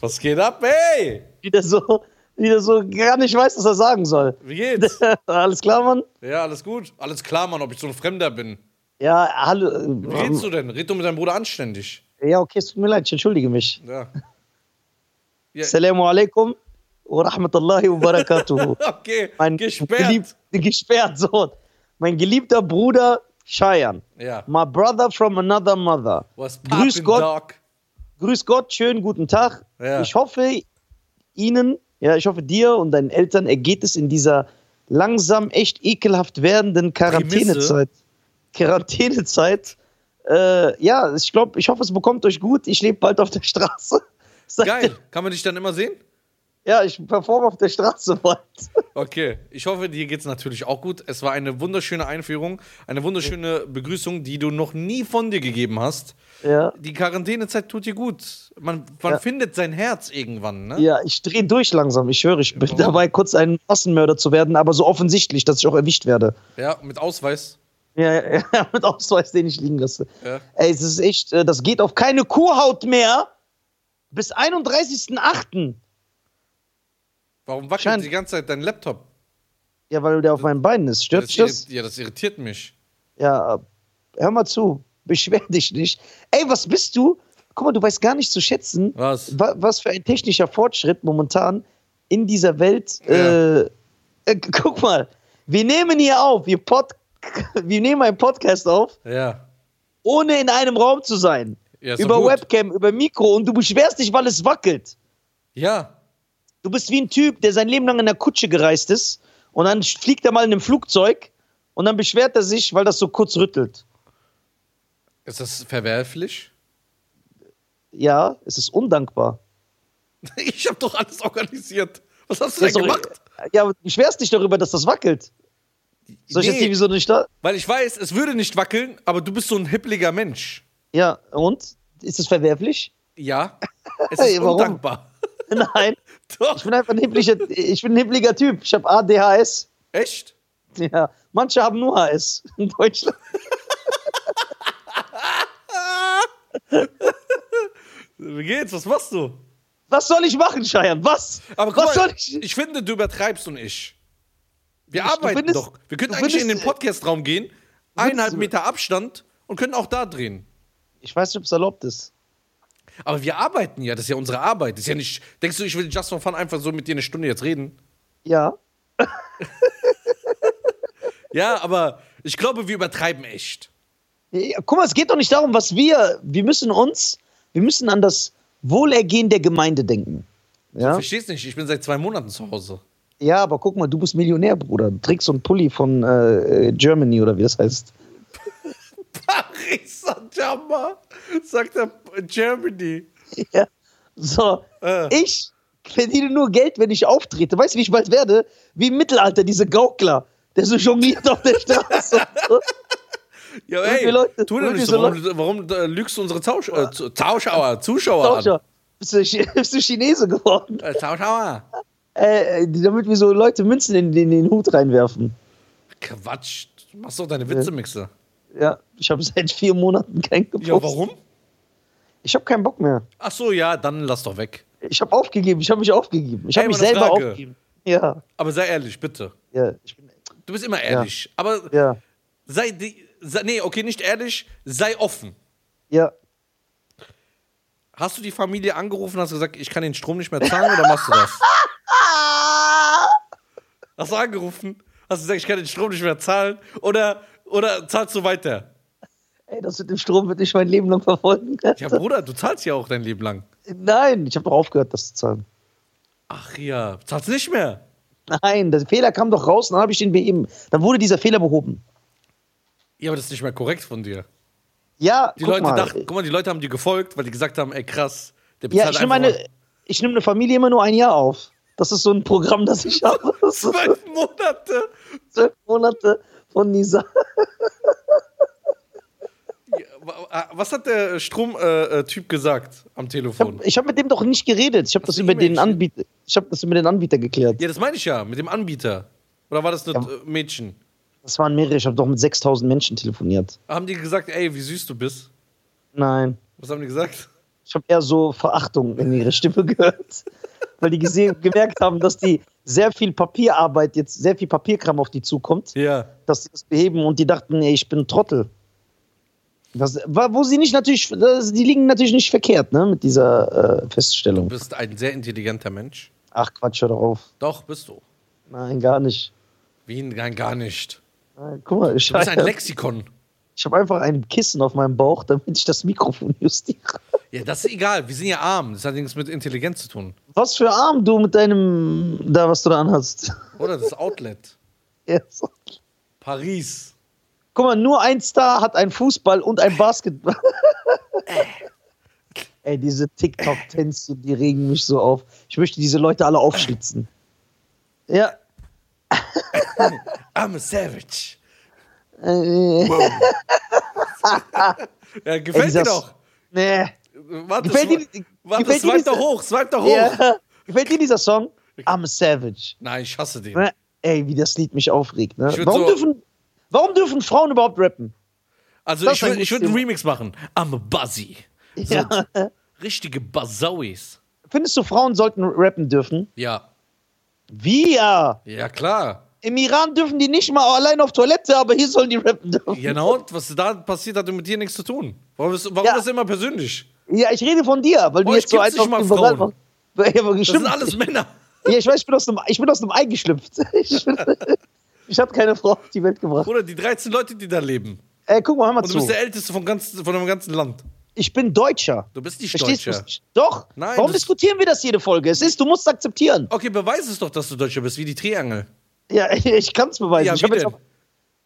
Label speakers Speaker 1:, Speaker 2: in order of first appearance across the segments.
Speaker 1: Was geht ab, ey?
Speaker 2: Wieder so, wieder so gar nicht weiß, was er sagen soll.
Speaker 1: Wie geht's?
Speaker 2: Alles klar, Mann?
Speaker 1: Ja, alles gut. Alles klar, Mann, ob ich so ein Fremder bin.
Speaker 2: Ja, hallo.
Speaker 1: Wie redest du denn? Red du mit deinem Bruder anständig.
Speaker 2: Ja, okay, es tut mir leid, ich entschuldige mich.
Speaker 1: Ja. Ja.
Speaker 2: Assalamu alaikum wa rahmatullahi wa barakatuhu.
Speaker 1: Okay,
Speaker 2: Mein
Speaker 1: gesperrt.
Speaker 2: gelieb- gesperrt, so. Mein geliebter Bruder Cheyenne.
Speaker 1: Ja.
Speaker 2: My brother from another mother.
Speaker 1: Was
Speaker 2: Grüß
Speaker 1: poppin',
Speaker 2: Gott.
Speaker 1: Doc?
Speaker 2: Grüß Gott, schönen guten Tag.
Speaker 1: Ja.
Speaker 2: Ich hoffe Ihnen, ja, ich hoffe dir und deinen Eltern ergeht es in dieser langsam echt ekelhaft werdenden Quarantänezeit. Quarantänezeit. Äh, ja, ich glaube, ich hoffe, es bekommt euch gut. Ich lebe bald auf der Straße. Sagt
Speaker 1: Geil. Kann man dich dann immer sehen?
Speaker 2: er. Ja, ich performe auf der Straße bald.
Speaker 1: Okay, ich hoffe, dir geht's natürlich auch gut. Es war eine wunderschöne Einführung, eine wunderschöne Begrüßung, die du noch nie von dir gegeben hast.
Speaker 2: Ja.
Speaker 1: Die Quarantänezeit tut dir gut. Man, man
Speaker 2: Ja.
Speaker 1: findet sein Herz irgendwann, ne?
Speaker 2: Ja, ich drehe durch langsam. Ich höre, ich bin
Speaker 1: Warum?
Speaker 2: dabei, kurz ein Massenmörder zu werden, aber so offensichtlich, dass ich auch erwischt werde.
Speaker 1: Ja, mit Ausweis.
Speaker 2: Ja, ja, ja, mit Ausweis, den ich liegen lasse.
Speaker 1: Ja.
Speaker 2: Ey, es ist echt, äh, das geht auf keine Kuhhaut mehr bis 31.08.
Speaker 1: Warum wackelt
Speaker 2: Schein-
Speaker 1: die ganze Zeit dein Laptop?
Speaker 2: Ja, weil der auf meinen Beinen ist. Stört
Speaker 1: Das
Speaker 2: dich das?
Speaker 1: irri- ja, das irritiert mich.
Speaker 2: Ja, hör mal zu. Beschwer dich nicht. Ey, was bist du? Guck mal, du weißt gar nicht zu schätzen,
Speaker 1: Was?
Speaker 2: wa was für ein technischer Fortschritt momentan in dieser Welt.
Speaker 1: Ja.
Speaker 2: Äh, äh, guck mal, wir nehmen hier auf, wir, Pod wir nehmen einen Podcast auf,
Speaker 1: Ja.
Speaker 2: ohne in einem Raum zu sein.
Speaker 1: Ja, ist doch
Speaker 2: über
Speaker 1: gut.
Speaker 2: Webcam, über Mikro und du beschwerst dich, weil es wackelt.
Speaker 1: Ja.
Speaker 2: Du bist wie ein Typ, der sein Leben lang in der Kutsche gereist ist und dann fliegt er mal in einem Flugzeug und dann beschwert er sich, weil das so kurz rüttelt.
Speaker 1: Ist das verwerflich?
Speaker 2: Ja, es ist undankbar.
Speaker 1: Ich habe doch alles organisiert. Was hast du denn
Speaker 2: Sorry.
Speaker 1: gemacht?
Speaker 2: Ja, aber du beschwerst dich darüber, dass das wackelt. Soll ich jetzt
Speaker 1: Nee,
Speaker 2: hier wie so eine Stadt?
Speaker 1: weil ich weiß, es würde nicht wackeln, aber du bist so ein hippliger Mensch.
Speaker 2: Ja, und? Ist es verwerflich?
Speaker 1: Ja. Es
Speaker 2: Hey,
Speaker 1: ist
Speaker 2: warum?
Speaker 1: undankbar.
Speaker 2: Nein, ich
Speaker 1: Doch.
Speaker 2: bin einfach ein hipplicher, ich bin ein hippliger Typ. Ich habe ADHS.
Speaker 1: Echt?
Speaker 2: Ja, manche haben nur HS in Deutschland.
Speaker 1: Wie geht's? Was machst du?
Speaker 2: Was soll ich machen, Scheiern? Was?
Speaker 1: Aber guck
Speaker 2: Was
Speaker 1: mal,
Speaker 2: soll ich?
Speaker 1: ich finde, du übertreibst und ich. Wir
Speaker 2: du
Speaker 1: arbeiten
Speaker 2: findest-
Speaker 1: doch. Wir könnten
Speaker 2: du
Speaker 1: eigentlich in den
Speaker 2: findest-
Speaker 1: Podcastraum gehen, eineinhalb
Speaker 2: du-
Speaker 1: Meter Abstand und könnten auch da drehen.
Speaker 2: Ich weiß nicht, ob es erlaubt ist.
Speaker 1: Aber wir arbeiten ja, das ist ja unsere Arbeit. Das ist ja nicht. Denkst du, ich will just for fun einfach so mit dir eine Stunde jetzt reden?
Speaker 2: Ja.
Speaker 1: Ja, aber ich glaube, wir übertreiben echt.
Speaker 2: Ja, Guck mal, es geht doch nicht darum, was wir. Wir müssen uns, wir müssen an das Wohlergehen der Gemeinde denken. Ja,
Speaker 1: Verstehst nicht? Ich bin seit zwei Monaten zu Hause.
Speaker 2: ja aber guck mal, du bist Millionär, Bruder. Du trägst so einen Pulli von äh, Germany oder wie das heißt.
Speaker 1: Paris Saint-Germain, sagt er Germany.
Speaker 2: Ja. So,
Speaker 1: Äh.
Speaker 2: ich verdiene nur Geld, wenn ich auftrete. Weißt du, wie ich bald werde? Wie im Mittelalter, diese Gaukler, der so jongliert auf der Straße.
Speaker 1: Ja,
Speaker 2: Irgendwie
Speaker 1: ey,
Speaker 2: Leute-
Speaker 1: tu doch
Speaker 2: irgendwie
Speaker 1: nicht so.
Speaker 2: so
Speaker 1: Warum, warum äh, lügst du unsere Tausch, äh, Zu- Tauschauer, Zuschauer an?
Speaker 2: Taucher. Bist du, Chi- bist du Chinese geworden?
Speaker 1: Äh, Tauschauer.
Speaker 2: Äh, damit wir so Leute Münzen in, in den Hut reinwerfen.
Speaker 1: Quatsch. Du machst doch deine Witze, Mixer.
Speaker 2: Ja, ich habe seit vier Monaten keinen gepostet.
Speaker 1: Ja, warum?
Speaker 2: Ich habe keinen Bock mehr.
Speaker 1: Ach so, ja, dann lass doch weg.
Speaker 2: Ich habe aufgegeben. Ich habe mich aufgegeben. Ich
Speaker 1: Hey,
Speaker 2: habe mich
Speaker 1: mal eine
Speaker 2: selber
Speaker 1: Frage.
Speaker 2: aufgegeben. Ja,
Speaker 1: Aber sei ehrlich, bitte.
Speaker 2: ja, ich bin,
Speaker 1: Du bist immer ehrlich. Aber
Speaker 2: ja,
Speaker 1: sei, die, sei. Nee, okay, nicht ehrlich. Sei offen.
Speaker 2: ja.
Speaker 1: Hast du die Familie angerufen und hast gesagt, ich kann den Strom nicht mehr zahlen oder machst du das? Hast du angerufen? Hast du gesagt, ich kann den Strom nicht mehr zahlen? Oder, oder zahlst du weiter?
Speaker 2: Ey, das mit dem Strom wird mich mein Leben lang verfolgen.
Speaker 1: Ja, Bruder, du zahlst ja auch dein Leben lang.
Speaker 2: Nein, ich habe doch aufgehört, das zu zahlen.
Speaker 1: Ach ja, zahlst nicht mehr.
Speaker 2: Nein, der Fehler kam doch raus, dann habe ich den beheben. Dann wurde dieser Fehler behoben.
Speaker 1: Ja, aber das ist nicht mehr korrekt von dir.
Speaker 2: Ja,
Speaker 1: Die
Speaker 2: guck
Speaker 1: Leute
Speaker 2: mal.
Speaker 1: dachten, guck mal, die Leute haben dir gefolgt, weil die gesagt haben, ey krass, der
Speaker 2: ja,
Speaker 1: bezahlt
Speaker 2: ich nehme
Speaker 1: einfach
Speaker 2: eine, ich nehm eine Familie immer nur ein Jahr auf. Das ist so ein Programm, das ich habe. Das
Speaker 1: mal
Speaker 2: ist
Speaker 1: zwölf Monate.
Speaker 2: zwölf Monate von Nisa.
Speaker 1: Ja, wa- Was hat der Strom-Typ gesagt am Telefon?
Speaker 2: Ich habe mit dem doch nicht geredet. Ich habe das
Speaker 1: du
Speaker 2: über den
Speaker 1: E-Mail
Speaker 2: Anbieter, ich habe das über den Anbieter geklärt.
Speaker 1: Ja, das meine ich ja, mit dem Anbieter. Oder war das nur äh, Mädchen?
Speaker 2: Das waren mehrere, ich habe doch mit 6000 Menschen telefoniert.
Speaker 1: Haben die gesagt, ey, wie süß du bist?
Speaker 2: Nein.
Speaker 1: Was haben die gesagt?
Speaker 2: Ich habe eher so Verachtung in ihre Stimme gehört, weil die gesehen, gemerkt haben, dass die sehr viel Papierarbeit, jetzt sehr viel Papierkram auf die zukommt,
Speaker 1: Ja.
Speaker 2: dass sie das beheben und die dachten, ey, ich bin ein Trottel. Das, wa- wo sie nicht natürlich, das, die liegen natürlich nicht verkehrt, ne, mit dieser äh,
Speaker 1: Du
Speaker 2: Feststellung.
Speaker 1: bist ein sehr intelligenter Mensch.
Speaker 2: Ach Quatsch, hör doch auf.
Speaker 1: Doch, bist du.
Speaker 2: Nein, gar nicht.
Speaker 1: Wie nein, gar nicht.
Speaker 2: Nein, guck mal, ich,
Speaker 1: Du bist ein
Speaker 2: ich
Speaker 1: Lexikon.
Speaker 2: habe einfach ein Kissen auf meinem Bauch, damit ich das Mikrofon justiere.
Speaker 1: Ja, das ist egal. Wir sind ja arm. Das hat nichts mit Intelligenz zu tun.
Speaker 2: Was für Arm du mit deinem, da was du da anhast.
Speaker 1: Oder das Outlet.
Speaker 2: Ja, so.
Speaker 1: Paris.
Speaker 2: Guck mal, nur ein Star hat einen Fußball und ein Basketball. Ey, diese TikTok-Tänze, die regen mich so auf. Ich möchte diese Leute alle aufschlitzen. Ja.
Speaker 1: I'm a savage.
Speaker 2: Äh,
Speaker 1: Ja, gefällt dir
Speaker 2: dieses-
Speaker 1: doch.
Speaker 2: nee.
Speaker 1: Warte,
Speaker 2: Gefällt
Speaker 1: swi-
Speaker 2: dir-
Speaker 1: warte
Speaker 2: gefällt dir
Speaker 1: swipe
Speaker 2: dieser-
Speaker 1: doch hoch, swipe doch hoch.
Speaker 2: Ja. Gefällt dir dieser Song? I'm a Savage.
Speaker 1: Nein, ich hasse den.
Speaker 2: Ne? Ey, wie das Lied mich aufregt. Ne?
Speaker 1: Ich würd
Speaker 2: Warum,
Speaker 1: so-
Speaker 2: dürfen, warum dürfen Frauen überhaupt rappen?
Speaker 1: Also
Speaker 2: Das
Speaker 1: ich
Speaker 2: ist ein
Speaker 1: würde ich würd einen
Speaker 2: gutes
Speaker 1: Remix machen. I'm a Buzzy. So,
Speaker 2: Ja.
Speaker 1: Richtige Buzzawis.
Speaker 2: Findest du, Frauen sollten rappen dürfen?
Speaker 1: Ja.
Speaker 2: Wir!
Speaker 1: Ja, klar.
Speaker 2: Im Iran dürfen die nicht mal allein auf Toilette, aber hier sollen die rappen dürfen.
Speaker 1: Genau, und was da passiert, hat mit dir nichts zu tun. Warum, ist, warum
Speaker 2: Ja.
Speaker 1: das immer persönlich?
Speaker 2: Ja, ich rede von dir, weil du
Speaker 1: Euch
Speaker 2: jetzt so
Speaker 1: gibt's
Speaker 2: einfach
Speaker 1: nicht mal
Speaker 2: überall
Speaker 1: Frauen.
Speaker 2: machst. Ja, aber
Speaker 1: Das sind
Speaker 2: stimmt.
Speaker 1: alles Männer.
Speaker 2: ja, ich weiß, ich bin aus einem, ich bin aus einem Ei geschlüpft. Ich, bin- ich habe keine Frau auf die Welt gebracht.
Speaker 1: Bruder, die 13 Leute, die da leben.
Speaker 2: Ey, guck mal, hör mal
Speaker 1: Und du
Speaker 2: zu.
Speaker 1: bist der Älteste vom ganzen, von dem ganzen Land.
Speaker 2: Ich bin Deutscher.
Speaker 1: Du bist nicht
Speaker 2: Verstehst du
Speaker 1: Deutscher.
Speaker 2: nicht? Doch.
Speaker 1: Nein,
Speaker 2: Warum
Speaker 1: das-
Speaker 2: diskutieren wir das jede Folge? Es ist, du musst akzeptieren.
Speaker 1: Okay, beweis es doch, dass du Deutscher bist, wie die Triangel.
Speaker 2: Ja, ich kann es beweisen.
Speaker 1: Ja,
Speaker 2: Also ich,
Speaker 1: wie
Speaker 2: hab jetzt
Speaker 1: denn?
Speaker 2: auch,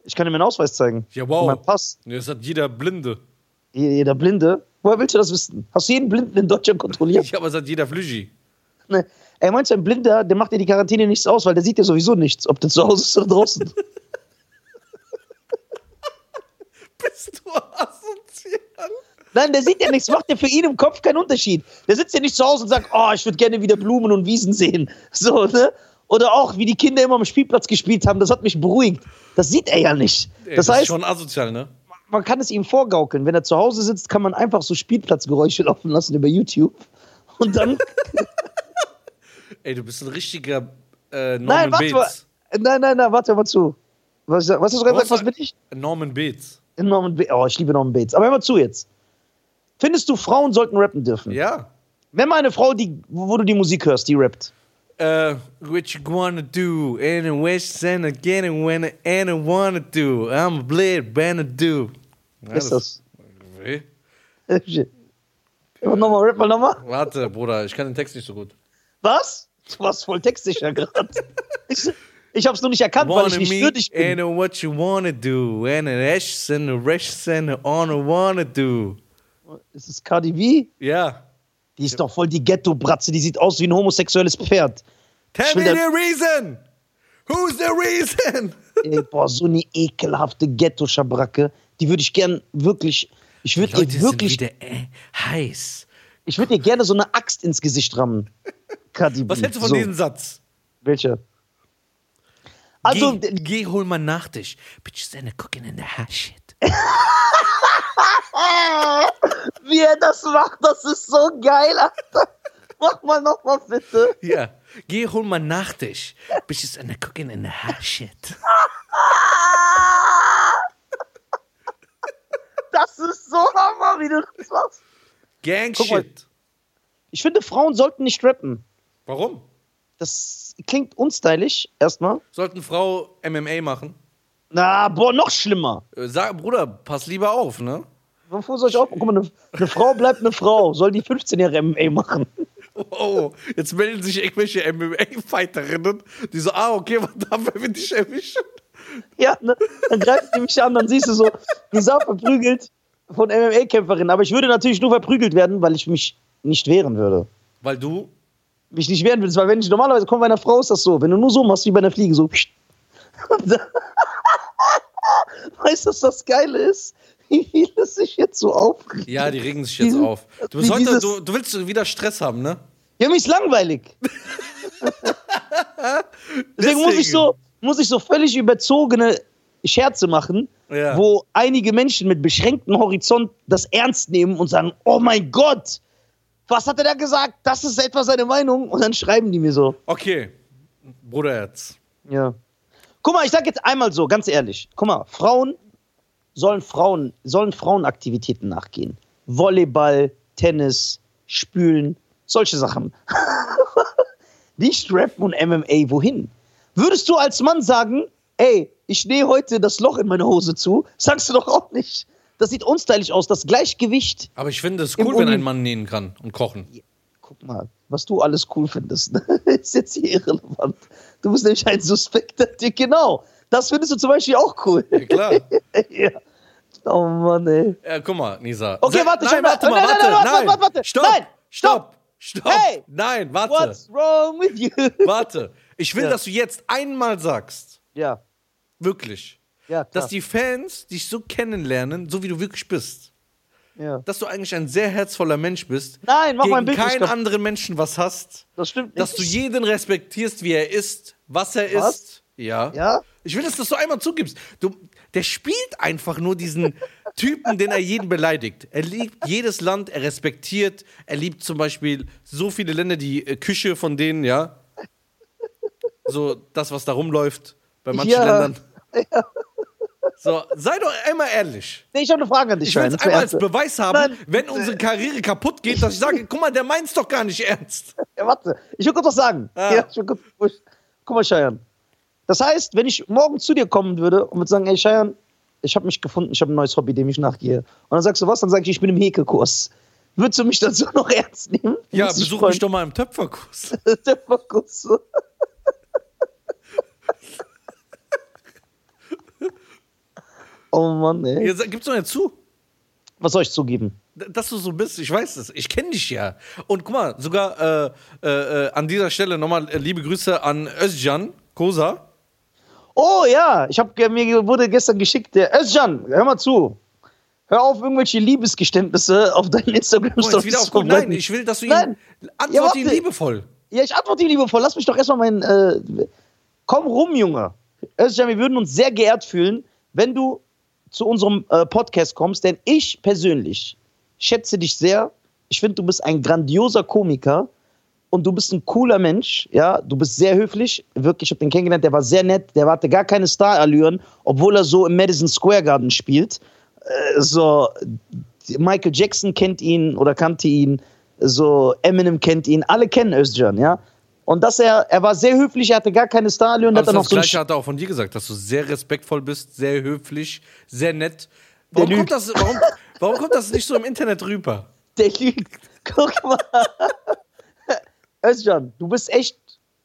Speaker 2: ich kann dir meinen Ausweis zeigen.
Speaker 1: Ja, wow.
Speaker 2: Und Mein Pass.
Speaker 1: Ja, Das hat jeder Blinde.
Speaker 2: Jeder Blinde. Woher willst du das wissen? Hast du jeden Blinden in Deutschland kontrolliert?
Speaker 1: Ja, aber es hat jeder Flüschi.
Speaker 2: Ne. Ey, meinst du, ein Blinder, der macht dir die Quarantäne nichts aus, weil der sieht ja sowieso nichts, ob der zu Hause ist oder draußen.
Speaker 1: Bist du asozial?
Speaker 2: Nein, der sieht ja nichts, macht ja für ihn im Kopf keinen Unterschied. Der sitzt ja nicht zu Hause und sagt, oh, ich würde gerne wieder Blumen und Wiesen sehen. So, ne? Oder auch, wie die Kinder immer am Spielplatz gespielt haben, das hat mich beruhigt. Das sieht er ja nicht.
Speaker 1: Ey,
Speaker 2: das
Speaker 1: ist
Speaker 2: heißt,
Speaker 1: schon asozial, ne?
Speaker 2: man kann es ihm vorgaukeln. Wenn er zu Hause sitzt, kann man einfach so Spielplatzgeräusche laufen lassen über YouTube. Und dann.
Speaker 1: Ey, du bist ein richtiger äh, Norman
Speaker 2: nein, warte mal.
Speaker 1: Bates.
Speaker 2: Nein, nein, nein, warte mal zu. Was, was hast du gerade
Speaker 1: Was
Speaker 2: gesagt? Was
Speaker 1: soll-
Speaker 2: bin ich?
Speaker 1: Norman Bates.
Speaker 2: Norman Bates. Oh, ich liebe Norman Bates. Aber hör mal zu jetzt. Findest du, Frauen sollten rappen dürfen?
Speaker 1: Ja.
Speaker 2: Wenn mal eine Frau, die, wo du die Musik hörst, die rappt.
Speaker 1: Uh, what you gonna do? And I wish and again and when I- and I wanna do. I'm a blade, wanna do. Ja,
Speaker 2: ist das?
Speaker 1: Weh.
Speaker 2: Shit. Und nochmal, rap mal nochmal.
Speaker 1: Warte, Bruder, ich kann den Text nicht so gut.
Speaker 2: Was? Du warst voll textsicher gerade. Ich, ich hab's nur nicht erkannt, weil ich
Speaker 1: Wanna
Speaker 2: nicht würdig
Speaker 1: meet and
Speaker 2: bin.
Speaker 1: I what you wanna do. And I wish and I wish and I wanna wanna do.
Speaker 2: Ist es Cardi B?
Speaker 1: Ja.
Speaker 2: Die ist doch voll die Ghetto-Bratze, die sieht aus wie ein homosexuelles Pferd.
Speaker 1: Tell
Speaker 2: Ich
Speaker 1: me
Speaker 2: will
Speaker 1: the reason. Who's the reason?
Speaker 2: Ey, boah, so eine ekelhafte Ghetto-Schabracke. Die würde ich gern wirklich. Ich würde ihr wirklich.
Speaker 1: wieder äh, heiß.
Speaker 2: Ich würde ihr gerne so eine Axt ins Gesicht rammen. Cardi B.
Speaker 1: Was hältst du von
Speaker 2: Mm, so.
Speaker 1: diesem Satz?
Speaker 2: Welche? Also,
Speaker 1: geh, geh, hol mal Nachtisch. Bitches and a cooking in the hot shit.
Speaker 2: wie er das macht, das ist so geil, Alter. Mach mal nochmal bitte.
Speaker 1: Ja. Geh, hol mal Nachtisch. Bitches and a cooking in the hot shit.
Speaker 2: Das ist so hammer, wie du das machst.
Speaker 1: Gang
Speaker 2: Guck mal.
Speaker 1: shit.
Speaker 2: Ich finde, Frauen sollten nicht rappen.
Speaker 1: Warum?
Speaker 2: Das klingt unstylisch, erstmal.
Speaker 1: Sollten Frau MMA machen?
Speaker 2: Na, boah, noch schlimmer.
Speaker 1: Äh, Sag, Bruder, pass lieber auf, ne?
Speaker 2: Wovor soll ich auch? Guck mal, eine, eine Frau bleibt eine Frau. Soll die 15 Jahre MMA machen?
Speaker 1: Oh, jetzt melden sich irgendwelche MMA-Fighterinnen, die so, ah, okay, was darf wir dich erwischen?
Speaker 2: Ja, ne? Dann greift die mich an, dann siehst du so, die Sau verprügelt von MMA-Kämpferinnen. Aber ich würde natürlich nur verprügelt werden, weil ich mich nicht wehren würde.
Speaker 1: Weil du,
Speaker 2: Mich nicht wehren würde. Weil wenn ich normalerweise komme bei einer Frau, ist das so. Wenn du nur so machst wie bei einer Fliege, so. Und dann- Weißt du, was das Geile ist? Wie viele sich jetzt so aufregen.
Speaker 1: ja, die regen sich jetzt
Speaker 2: Diese-
Speaker 1: auf. Du bist
Speaker 2: wie
Speaker 1: heute,
Speaker 2: dieses-
Speaker 1: du, du willst wieder Stress haben, ne?
Speaker 2: Ja, mir ist langweilig. Deswegen muss ich,
Speaker 1: Deswegen.
Speaker 2: so, muss ich so völlig überzogene Scherze machen,
Speaker 1: Ja.
Speaker 2: wo einige Menschen mit beschränktem Horizont das ernst nehmen und sagen, oh mein Gott, was hat er da gesagt? Das ist etwa seine Meinung. Und dann schreiben die mir so.
Speaker 1: Okay, Bruderherz.
Speaker 2: Ja. Guck mal, ich sag jetzt einmal so, ganz ehrlich. Guck mal, Frauen sollen Frauen, sollen Frauenaktivitäten nachgehen. Volleyball, Tennis, Spülen, solche Sachen. Nicht Rap und MMA, wohin? Würdest du als Mann sagen, ey, ich nähe heute das Loch in meine Hose zu, sagst du doch auch nicht. Das sieht unstylisch aus, das Gleichgewicht.
Speaker 1: Aber ich finde es
Speaker 2: Im
Speaker 1: cool, wenn
Speaker 2: Uni-
Speaker 1: ein Mann nähen kann und kochen.
Speaker 2: Guck mal, was du alles cool findest, ne? ist jetzt hier irrelevant. Du bist nämlich ein suspekter Typ, genau. Das findest du zum Beispiel auch cool.
Speaker 1: Ja, klar.
Speaker 2: ja. Oh Mann, ey.
Speaker 1: Ja, Äh, guck mal, Nisa.
Speaker 2: Okay,
Speaker 1: Se-
Speaker 2: warte,
Speaker 1: nein,
Speaker 2: schon mal.
Speaker 1: warte mal,
Speaker 2: Nein, nein,
Speaker 1: warte,
Speaker 2: nein,
Speaker 1: nein,
Speaker 2: warte, warte, warte.
Speaker 1: Stopp,
Speaker 2: Nein,
Speaker 1: stopp, stopp.
Speaker 2: Hey!
Speaker 1: Nein, warte,
Speaker 2: What's wrong with you?
Speaker 1: warte. Ich will,
Speaker 2: Ja.
Speaker 1: dass du jetzt einmal sagst,
Speaker 2: ja,
Speaker 1: wirklich,
Speaker 2: ja,
Speaker 1: dass
Speaker 2: klar.
Speaker 1: die Fans dich so kennenlernen, so wie du wirklich bist.
Speaker 2: ja.
Speaker 1: Dass du eigentlich ein sehr herzvoller Mensch bist.
Speaker 2: Nein, mach
Speaker 1: gegen
Speaker 2: mal ein Bild. nicht
Speaker 1: keinen
Speaker 2: kaputt.
Speaker 1: anderen Menschen was hast.
Speaker 2: Das stimmt nicht.
Speaker 1: Dass du jeden respektierst, wie er ist, was er
Speaker 2: Was?
Speaker 1: ist. Ja.
Speaker 2: Ja?
Speaker 1: Ich will, dass du das so einmal zugibst. Du, der spielt einfach nur diesen Typen, den er jeden beleidigt. Er liebt jedes Land, er respektiert, er liebt zum Beispiel so viele Länder, die äh, Küche von denen, ja. So das, was da rumläuft bei manchen
Speaker 2: Ja.
Speaker 1: Ländern. So, sei doch einmal ehrlich.
Speaker 2: Nee, ich habe eine Frage an dich,
Speaker 1: Ich will es
Speaker 2: Schein,
Speaker 1: einmal als
Speaker 2: zuerst.
Speaker 1: Beweis haben,
Speaker 2: Nein.
Speaker 1: wenn unsere Karriere kaputt geht, dass ich sage, guck mal, der meint's doch gar nicht ernst.
Speaker 2: Ja, warte, ich will kurz was sagen.
Speaker 1: Ah.
Speaker 2: Ja, ich will kurz, guck mal, Scheiern. Das heißt, wenn ich morgen zu dir kommen würde und würde sagen, ey Scheiern, ich habe mich gefunden, ich habe ein neues Hobby, dem ich nachgehe. Und dann sagst du was? Dann sag ich, ich bin im Häkelkurs. Würdest du mich dann so noch ernst nehmen?
Speaker 1: Ja,
Speaker 2: Würdest du dich
Speaker 1: besuch
Speaker 2: freuen?
Speaker 1: mich doch mal im Töpferkurs.
Speaker 2: Der war kurz so. Oh Mann, ey.
Speaker 1: Ja, sag- Gib's doch nicht zu.
Speaker 2: Was soll ich zugeben?
Speaker 1: D- dass du so bist, ich weiß es, ich kenne dich ja. Und guck mal, sogar äh, äh, äh, an dieser Stelle nochmal äh, liebe Grüße an Özcan Kosa.
Speaker 2: Oh ja, ich hab, mir wurde gestern geschickt, der Özcan, hör mal zu. Hör auf, irgendwelche Liebesgeständnisse auf deinen
Speaker 1: Guck mal, Oh, jetzt
Speaker 2: Instagram-Stories
Speaker 1: wieder auf
Speaker 2: zu
Speaker 1: gut. Nein,
Speaker 2: verbreiten.
Speaker 1: ich will, dass du ihn
Speaker 2: Nein. Ja,
Speaker 1: antworte
Speaker 2: warte.
Speaker 1: ihm liebevoll.
Speaker 2: Ja, ich antworte dir liebevoll. Lass mich doch erstmal meinen. Äh, komm rum, Junge. Özcan, wir würden uns sehr geehrt fühlen, wenn du zu unserem äh, Podcast kommst, denn ich persönlich schätze dich sehr. Ich finde, du bist ein grandioser Komiker und du bist ein cooler Mensch. Ja, du bist sehr höflich. Wirklich, ich habe den kennengelernt, der war sehr nett. Der hatte gar keine Starallüren, obwohl er so im Madison Square Garden spielt. Äh, so, Michael Jackson kennt ihn oder kannte ihn, so Eminem kennt ihn, alle kennen Özcan, ja. Und dass er, er war sehr höflich, er hatte gar keine Starallüren,
Speaker 1: Aber
Speaker 2: hat
Speaker 1: das,
Speaker 2: dann noch
Speaker 1: das
Speaker 2: so ein
Speaker 1: Gleiche hat er auch von dir gesagt, dass du sehr respektvoll bist, sehr höflich, sehr nett. Warum
Speaker 2: Der
Speaker 1: kommt,
Speaker 2: lügt.
Speaker 1: das, warum, warum kommt das nicht so im Internet rüber?
Speaker 2: Der lügt. Guck mal. Özcan, du bist echt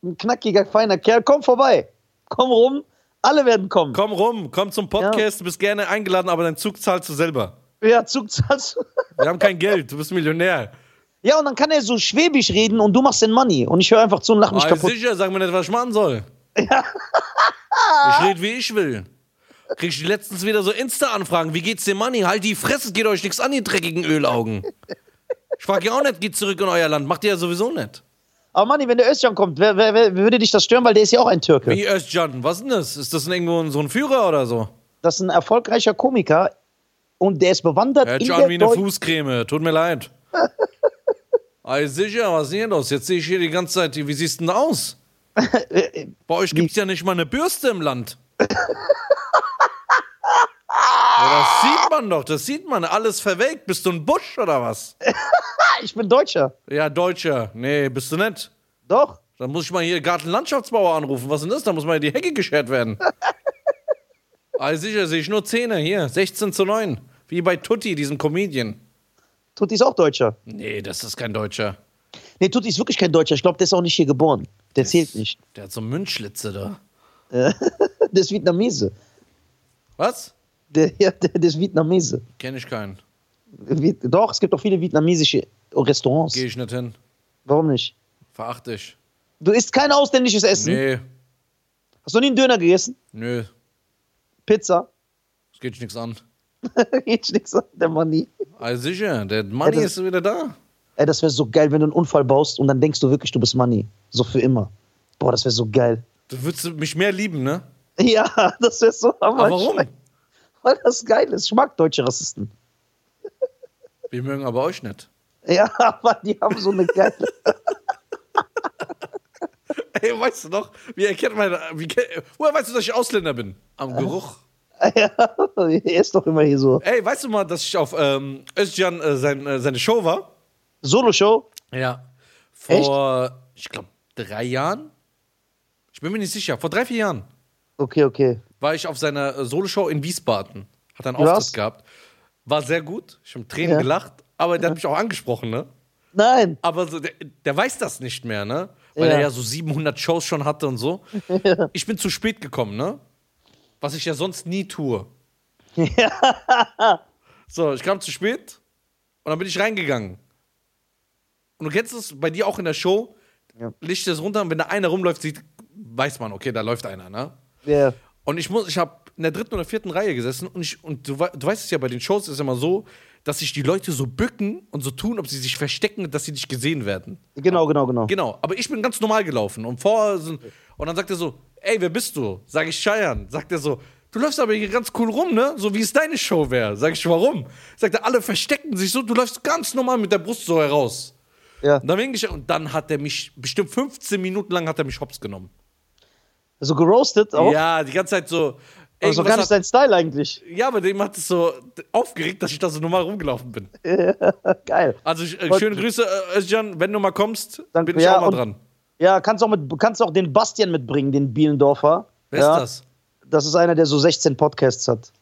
Speaker 2: ein knackiger, feiner Kerl. Komm vorbei. Komm rum. Alle werden kommen.
Speaker 1: Komm rum, komm zum Podcast, du bist gerne eingeladen, aber deinen Zug zahlst du selber.
Speaker 2: Ja, Zug, Zug.
Speaker 1: Wir haben kein Geld, du bist Millionär.
Speaker 2: Ja, und dann kann er so schwäbisch reden und du machst den Money. Und ich höre einfach zu und lach mich
Speaker 1: Ah,
Speaker 2: kaputt.
Speaker 1: sicher, sag mir nicht, was ich machen soll. Ich rede, wie ich will. Krieg ich letztens wieder so Insta-Anfragen. Wie geht's dem Manni? Halt die Fresse, geht euch nichts an, ihr dreckigen Ölaugen. Ich frag ja auch nicht, geht zurück in euer Land. Macht ihr ja sowieso nicht.
Speaker 2: Aber Money, wenn der Özcan kommt, wer, wer, wer würde dich das stören? Weil der ist ja auch ein Türke.
Speaker 1: Wie Özcan, was denn das? Ist das denn irgendwo so ein Führer oder so?
Speaker 2: Das ist ein erfolgreicher Komiker und der ist bewandert in
Speaker 1: Özcan
Speaker 2: der
Speaker 1: wie eine
Speaker 2: Deu-
Speaker 1: Fußcreme, tut mir leid. Ey, sicher, was ist denn hier los? Jetzt sehe ich hier die ganze Zeit, wie siehst du denn aus?
Speaker 2: Äh,
Speaker 1: Bei euch gibt's ja nicht mal eine Bürste im Land. ja, das sieht man doch, das sieht man. Alles verwelkt. Bist du ein Busch oder was?
Speaker 2: Ah, ich bin Deutscher.
Speaker 1: Ja, Deutscher. Nee, bist du nicht.
Speaker 2: Doch.
Speaker 1: Dann muss ich mal hier Gartenlandschaftsbauer anrufen. Was denn das? Da muss mal die Hecke geschert werden. Ah, sicher, sehe ich nur Zähne. Hier, 16 zu 9. Wie bei Tutti, diesem Comedian.
Speaker 2: Tutti ist auch Deutscher.
Speaker 1: Nee, das ist kein Deutscher.
Speaker 2: Nee, Tutti ist wirklich kein Deutscher. Ich glaube, der ist auch nicht hier geboren. Der zählt nicht.
Speaker 1: Der hat so Mundschlitze da.
Speaker 2: Der ist Vietnamese.
Speaker 1: Was?
Speaker 2: Der, ja, der, der ist Vietnamese.
Speaker 1: Kenne ich keinen.
Speaker 2: Viet- Doch, es gibt auch viele vietnamesische Restaurants.
Speaker 1: Gehe ich nicht hin.
Speaker 2: Warum nicht?
Speaker 1: Verachte ich.
Speaker 2: Du isst kein ausländisches Essen.
Speaker 1: Nee,
Speaker 2: Hast du nie einen Döner gegessen?
Speaker 1: nö.
Speaker 2: Pizza?
Speaker 1: Es geht dich nichts an.
Speaker 2: Geht nichts an, der Mann nie.
Speaker 1: Ah, sicher, der Money
Speaker 2: Ja, das-
Speaker 1: ist wieder da.
Speaker 2: Ey, das wäre so geil, wenn du einen Unfall baust und dann denkst du wirklich, du bist Money. So für immer. Boah, das wäre so geil.
Speaker 1: Du würdest mich mehr lieben, ne?
Speaker 2: Ja, das wäre so hammer.
Speaker 1: Aber warum?
Speaker 2: Weil das geil ist. Ich mag deutsche Rassisten.
Speaker 1: Wir mögen aber euch nicht.
Speaker 2: Ja, aber die haben so eine geile.
Speaker 1: Ey, weißt du noch, wie erkennt man, wie, woher weißt du, dass ich Ausländer bin? Am Geruch.
Speaker 2: ja, er ist doch immer hier so.
Speaker 1: Ey, weißt du mal, dass ich auf ähm, Özcan äh, sein, äh, seine Show war?
Speaker 2: Solo-Show?
Speaker 1: Ja. Vor, ich glaube, drei Jahren? Ich bin mir nicht sicher. Vor drei, vier Jahren
Speaker 2: Okay, okay.
Speaker 1: war ich auf seiner äh, Soloshow in Wiesbaden. Hat einen
Speaker 2: Was?
Speaker 1: Auftritt gehabt. War sehr gut. Ich habe Tränen
Speaker 2: Ja.
Speaker 1: gelacht. Aber der hat mich auch angesprochen, ne?
Speaker 2: Nein.
Speaker 1: Aber so, der, der weiß das nicht mehr, ne? Weil
Speaker 2: Ja.
Speaker 1: er ja so 700 Shows schon hatte und so. Ich bin zu spät gekommen, ne? Was ich ja sonst nie tue. So, ich kam zu spät und dann bin ich reingegangen. Und du kennst es bei dir auch in der Show.
Speaker 2: Ja.
Speaker 1: Licht ist runter und wenn da einer rumläuft, sieht, weiß man, okay, da läuft einer, ne?
Speaker 2: Ja.
Speaker 1: Und ich muss, ich habe in der dritten oder vierten Reihe gesessen und ich und du, wei- du weißt es ja, bei den Shows ist es immer so, dass sich die Leute so bücken und so tun, ob sie sich verstecken, dass sie nicht gesehen werden.
Speaker 2: Genau, genau, genau.
Speaker 1: Genau, aber ich bin ganz normal gelaufen und vor so, und dann sagt er so, ey, wer bist du? Sag ich Scheiern. Sagt er so, du läufst aber hier ganz cool rum, ne? So wie es deine Show wäre. Sag ich, warum? Sagt er, alle verstecken sich so, du läufst ganz normal mit der Brust so heraus.
Speaker 2: Ja.
Speaker 1: Und dann, bin ich, und dann hat er mich, bestimmt 15 Minuten lang hat er mich hops genommen.
Speaker 2: So geroastet auch. Ja.
Speaker 1: Ja, die ganze Zeit so.
Speaker 2: Das ist doch gar
Speaker 1: irgendwas
Speaker 2: nicht sein Style eigentlich.
Speaker 1: Ja, aber dem hat es so aufgeregt, dass ich da so normal rumgelaufen bin.
Speaker 2: Geil.
Speaker 1: Also ich, äh,
Speaker 2: Und-
Speaker 1: schöne Grüße, äh, Özcan. Wenn du mal kommst,
Speaker 2: Danke,
Speaker 1: bin ich
Speaker 2: ja,
Speaker 1: auch mal
Speaker 2: und-
Speaker 1: dran.
Speaker 2: Ja, kannst auch, mit, kannst auch den Bastian mitbringen, den Bielendorfer.
Speaker 1: Wer
Speaker 2: ja,
Speaker 1: ist das?
Speaker 2: Das ist einer, der so 16 Podcasts hat.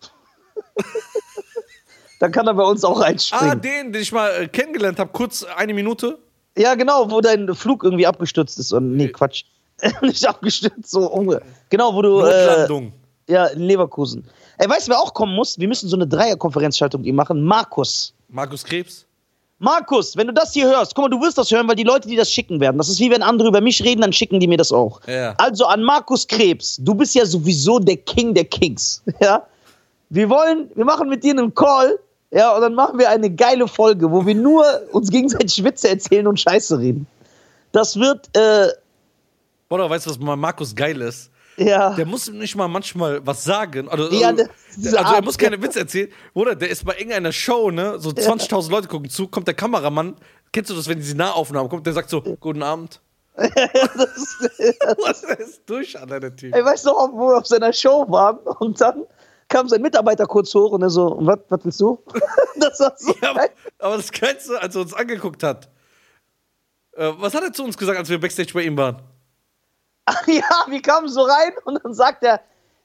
Speaker 2: Dann kann er bei uns auch
Speaker 1: Ah,
Speaker 2: einspringen.
Speaker 1: den, den ich mal äh, kennengelernt habe, kurz eine Minute.
Speaker 2: ja, genau, wo dein Flug irgendwie abgestürzt ist. Und,
Speaker 1: Äh.
Speaker 2: nee, Quatsch. Nicht abgestürzt, so umge. Genau, wo du. Äh,
Speaker 1: Notlandung.
Speaker 2: ja, in Leverkusen. Ey, weißt du, wer auch kommen muss? Wir müssen so eine Dreierkonferenzschaltung mit ihm machen. Markus.
Speaker 1: Markus Krebs.
Speaker 2: Markus, wenn du das hier hörst, guck mal, du wirst das hören, weil die Leute, die das schicken werden, das ist wie wenn andere über mich reden, dann schicken die mir das auch.
Speaker 1: Ja.
Speaker 2: Also an Markus Krebs, du bist ja sowieso der King der Kings, ja? Wir wollen, wir machen mit dir einen Call, ja, und dann machen wir eine geile Folge, wo wir nur uns gegenseitig Witze erzählen und Scheiße reden. Das wird, äh,
Speaker 1: Oder weißt du, was mal Markus geil ist?
Speaker 2: ja,
Speaker 1: Der muss nicht mal manchmal was sagen. Also,
Speaker 2: Ja,
Speaker 1: also,
Speaker 2: das- diese
Speaker 1: also er
Speaker 2: Art,
Speaker 1: muss keine Witze erzählen. Oder der ist bei irgendeiner Show, ne? So 20.000 Leute gucken zu, kommt der Kameramann. Kennst du das, wenn diese Nahaufnahmen kommt? Der sagt so, guten Abend. Was ist durch an deiner Typ?
Speaker 2: ey, weißt du, noch, wo wir auf seiner Show waren und dann kam sein Mitarbeiter kurz hoch und er so, "Und was, was willst du? das war so
Speaker 1: Ja, aber,
Speaker 2: geil.
Speaker 1: aber das Geilste, als er uns angeguckt hat. Äh, was hat er zu uns gesagt, als wir Backstage bei ihm waren?
Speaker 2: Ja, wir kamen so rein und dann sagt er,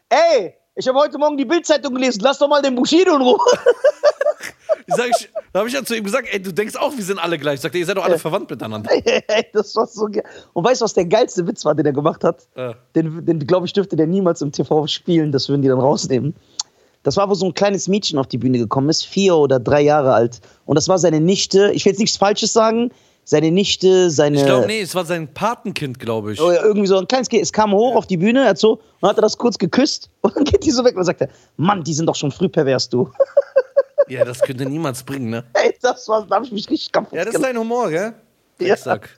Speaker 2: ey, ich habe heute Morgen die Bildzeitung gelesen, lass doch mal den Bushido in Ruhe.
Speaker 1: Ich sag, ich, da habe ich ja zu ihm gesagt, ey, du denkst auch, wir sind alle gleich. Sagt er, ihr seid
Speaker 2: Äh.
Speaker 1: doch alle verwandt miteinander.
Speaker 2: ey, das war so geil. Und weißt du, was der geilste Witz war, den er gemacht hat?
Speaker 1: Äh,
Speaker 2: Den, den glaube ich, dürfte der niemals im TV spielen, das würden die dann rausnehmen. Das war, wo so ein kleines Mädchen auf die Bühne gekommen ist, vier oder drei Jahre alt. Und das war seine Nichte, ich will jetzt nichts Falsches sagen, seine Nichte, seine.
Speaker 1: ich glaube, nee, es war sein Patenkind, glaube ich.
Speaker 2: Oder irgendwie so ein kleines Kind. Es kam hoch auf die Bühne, er hat so, und dann hat er das kurz geküsst und dann geht die so weg und sagt er, Mann, die sind doch schon früh pervers, du.
Speaker 1: Ja, das könnte niemals bringen, ne?
Speaker 2: Ey, das war, da hab ich mich richtig kaputt
Speaker 1: Ja, das ist
Speaker 2: gemacht.
Speaker 1: dein Humor, gell?
Speaker 2: Genau. Ja.
Speaker 1: Drecksack.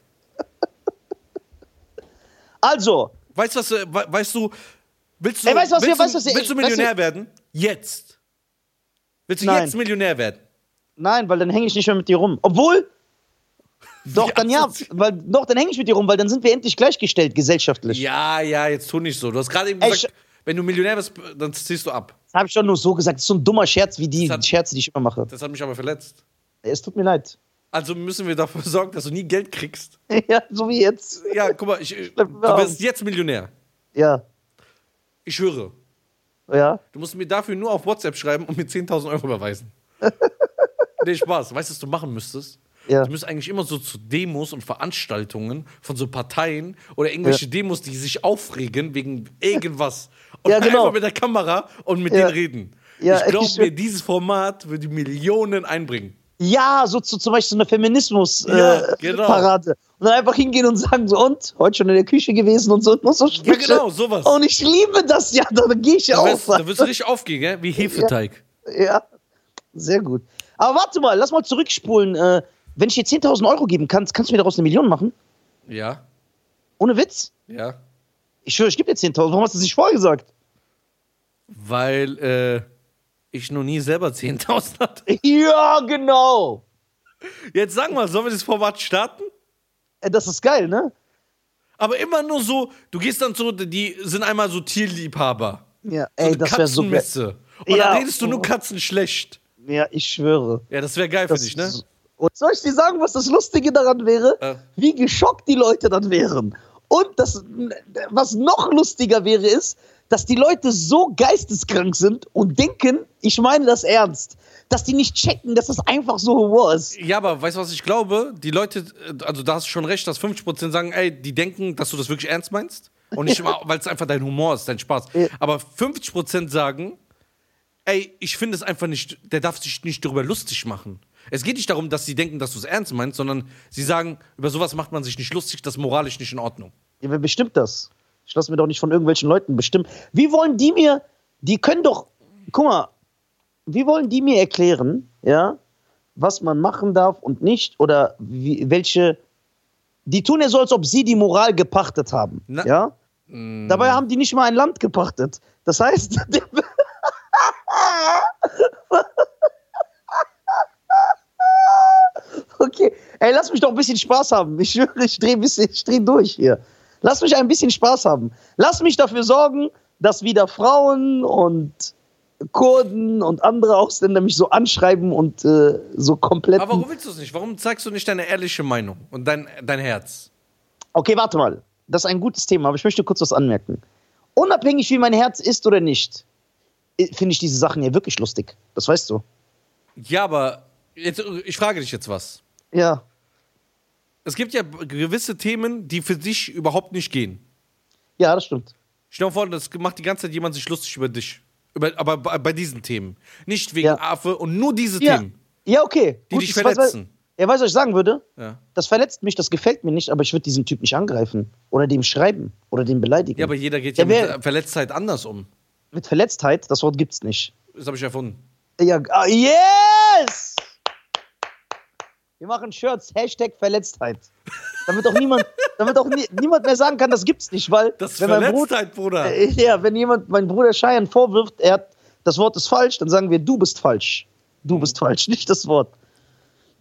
Speaker 2: Also,
Speaker 1: Weißt du, was, äh, we- weißt du, willst du,
Speaker 2: Ey, weißt du, was wir-
Speaker 1: willst,
Speaker 2: weißt du, was wir-
Speaker 1: willst du
Speaker 2: weißt du-
Speaker 1: Millionär werden? Jetzt. Willst du
Speaker 2: Nein.
Speaker 1: jetzt Millionär werden?
Speaker 2: nein, weil dann hänge ich nicht mehr mit dir rum. Obwohl, doch,
Speaker 1: Ja,
Speaker 2: dann ja,
Speaker 1: das-
Speaker 2: weil, doch, dann hänge ich mit dir rum, weil dann sind wir endlich gleichgestellt gesellschaftlich.
Speaker 1: Ja, ja, jetzt tu nicht so. Du hast gerade eben
Speaker 2: Ey,
Speaker 1: gesagt, wenn du Millionär wirst, dann ziehst du ab.
Speaker 2: Das habe ich schon nur so gesagt. Das ist so ein dummer Scherz wie die
Speaker 1: Das hat-
Speaker 2: Scherze, die ich immer mache.
Speaker 1: Das hat mich aber verletzt.
Speaker 2: Es tut mir leid.
Speaker 1: Also müssen wir dafür sorgen, dass du nie Geld kriegst.
Speaker 2: ja, so wie jetzt.
Speaker 1: Ja, guck mal, ich, ich-
Speaker 2: Schleppen
Speaker 1: du
Speaker 2: wir
Speaker 1: wirst
Speaker 2: auf.
Speaker 1: jetzt Millionär.
Speaker 2: Ja,
Speaker 1: Ich schwöre.
Speaker 2: ja.
Speaker 1: Du musst mir dafür nur auf WhatsApp schreiben und mir 10.000 Euro überweisen. nee, Spaß. Weißt du, was du machen müsstest?
Speaker 2: Ja.
Speaker 1: Du müsstest eigentlich immer so zu Demos und Veranstaltungen von so Parteien oder irgendwelche Demos, die sich aufregen wegen irgendwas. Und
Speaker 2: Ja, genau.
Speaker 1: einfach mit der Kamera und mit
Speaker 2: Ja.
Speaker 1: denen reden.
Speaker 2: Ja,
Speaker 1: ich glaube
Speaker 2: ich-
Speaker 1: mir, dieses Format würde Millionen einbringen.
Speaker 2: Ja, so zu, zum Beispiel so eine
Speaker 1: Ja,
Speaker 2: Feminismus-Parade.
Speaker 1: genau.
Speaker 2: Und dann einfach hingehen und sagen so, und? Heute schon in der Küche gewesen und so. Und so
Speaker 1: Ja, genau, sowas.
Speaker 2: Und ich liebe das ja, da gehe ich ja
Speaker 1: Da
Speaker 2: auch.
Speaker 1: wirst, da wirst du richtig aufgehen, gell? wie Hefeteig.
Speaker 2: Ja, sehr gut. Aber warte mal, lass mal zurückspulen. Äh, wenn ich dir 10.000 Euro geben kann, kannst du mir daraus eine Million machen?
Speaker 1: Ja,
Speaker 2: Ohne Witz?
Speaker 1: ja.
Speaker 2: Ich schwöre, ich gebe dir 10.000. Warum hast du es nicht vorher gesagt?
Speaker 1: Weil äh, ich noch nie selber 10.000 hatte.
Speaker 2: Ja, genau.
Speaker 1: Jetzt sag mal, sollen wir das Format starten?
Speaker 2: Äh, Das ist geil, ne?
Speaker 1: Aber immer nur so, du gehst dann so, die sind einmal so Tierliebhaber.
Speaker 2: Ja,
Speaker 1: So
Speaker 2: ey,
Speaker 1: eine
Speaker 2: das wäre so geil.
Speaker 1: Katzenmesse. Und
Speaker 2: Ja.
Speaker 1: dann redest du nur Katzen schlecht.
Speaker 2: Ja, ich schwöre.
Speaker 1: Ja, das wäre geil für dich, ne?
Speaker 2: ist- Und soll ich dir sagen, was das Lustige daran wäre?
Speaker 1: Äh.
Speaker 2: Wie geschockt die Leute dann wären. Und das, was noch lustiger wäre, ist, dass die Leute so geisteskrank sind und denken, ich meine das ernst, dass die nicht checken, dass das einfach so Humor ist.
Speaker 1: Ja, aber weißt du, was ich glaube? Die Leute, äh, also da hast du schon recht, dass 50% sagen, ey, die denken, dass du das wirklich ernst meinst. Und nicht immer, weil es einfach dein Humor ist, dein Spaß.
Speaker 2: Ja.
Speaker 1: Aber 50% sagen, ey, ich finde es einfach nicht, der darf sich nicht darüber lustig machen. Es geht nicht darum, dass sie denken, dass du es ernst meinst, sondern sie sagen, über sowas macht man sich nicht lustig, das ist moralisch nicht in Ordnung.
Speaker 2: Ja, wer bestimmt das? Ich lasse mir doch nicht von irgendwelchen Leuten bestimmen. Wie wollen die mir, die können doch, guck mal, wie wollen die mir erklären, ja, was man machen darf und nicht oder wie, welche, die tun ja so, als ob sie die Moral gepachtet haben,
Speaker 1: Na-
Speaker 2: ja? Dabei haben die nicht mal ein Land gepachtet. Das heißt, okay, ey, lass mich doch ein bisschen Spaß haben. Ich schwöre, ich drehe dreh durch hier. Lass mich ein bisschen Spaß haben. Lass mich dafür sorgen, dass wieder Frauen und Kurden und andere Ausländer mich so anschreiben und äh, so komplett.
Speaker 1: Aber warum willst du es nicht? Warum zeigst du nicht deine ehrliche Meinung und dein, dein Herz?
Speaker 2: Okay, warte mal. Das ist ein gutes Thema, aber ich möchte kurz was anmerken. Unabhängig, wie mein Herz ist oder nicht, äh, finde ich diese Sachen ja wirklich lustig. Das weißt du.
Speaker 1: Ja, aber jetzt, ich frage dich jetzt was.
Speaker 2: Ja.
Speaker 1: Es gibt ja gewisse Themen, die für dich überhaupt nicht gehen.
Speaker 2: Ja, das stimmt.
Speaker 1: Stell dir vor, das macht die ganze Zeit jemand sich lustig über dich. Über, aber bei bei diesen Themen. Nicht wegen
Speaker 2: Ja.
Speaker 1: Affe und nur diese
Speaker 2: Ja,
Speaker 1: Themen.
Speaker 2: ja okay.
Speaker 1: Die dich
Speaker 2: ich weiß,
Speaker 1: verletzen.
Speaker 2: Was, ja, weißt du, was ich sagen würde?
Speaker 1: Ja.
Speaker 2: Das verletzt mich, das gefällt mir nicht, aber ich würde diesen Typ nicht angreifen. Oder dem schreiben. Oder den beleidigen.
Speaker 1: ja, aber jeder geht ja,
Speaker 2: Ja,
Speaker 1: mit
Speaker 2: wer-
Speaker 1: äh, Verletztheit anders um.
Speaker 2: Mit Verletztheit, das Wort gibt's nicht.
Speaker 1: Das habe ich erfunden.
Speaker 2: Ja, ah, yes! Wir machen Shirts, Hashtag Verletztheit. Damit auch niemand, damit auch nie, niemand mehr sagen kann, das gibt's nicht, weil
Speaker 1: Das ist
Speaker 2: wenn mein Bruder,
Speaker 1: Verletztheit, Bruder.
Speaker 2: äh, ja, wenn jemand mein Bruder Cheyenne vorwirft, er hat, das Wort ist falsch, dann sagen wir, du bist falsch. Du bist falsch, nicht das Wort.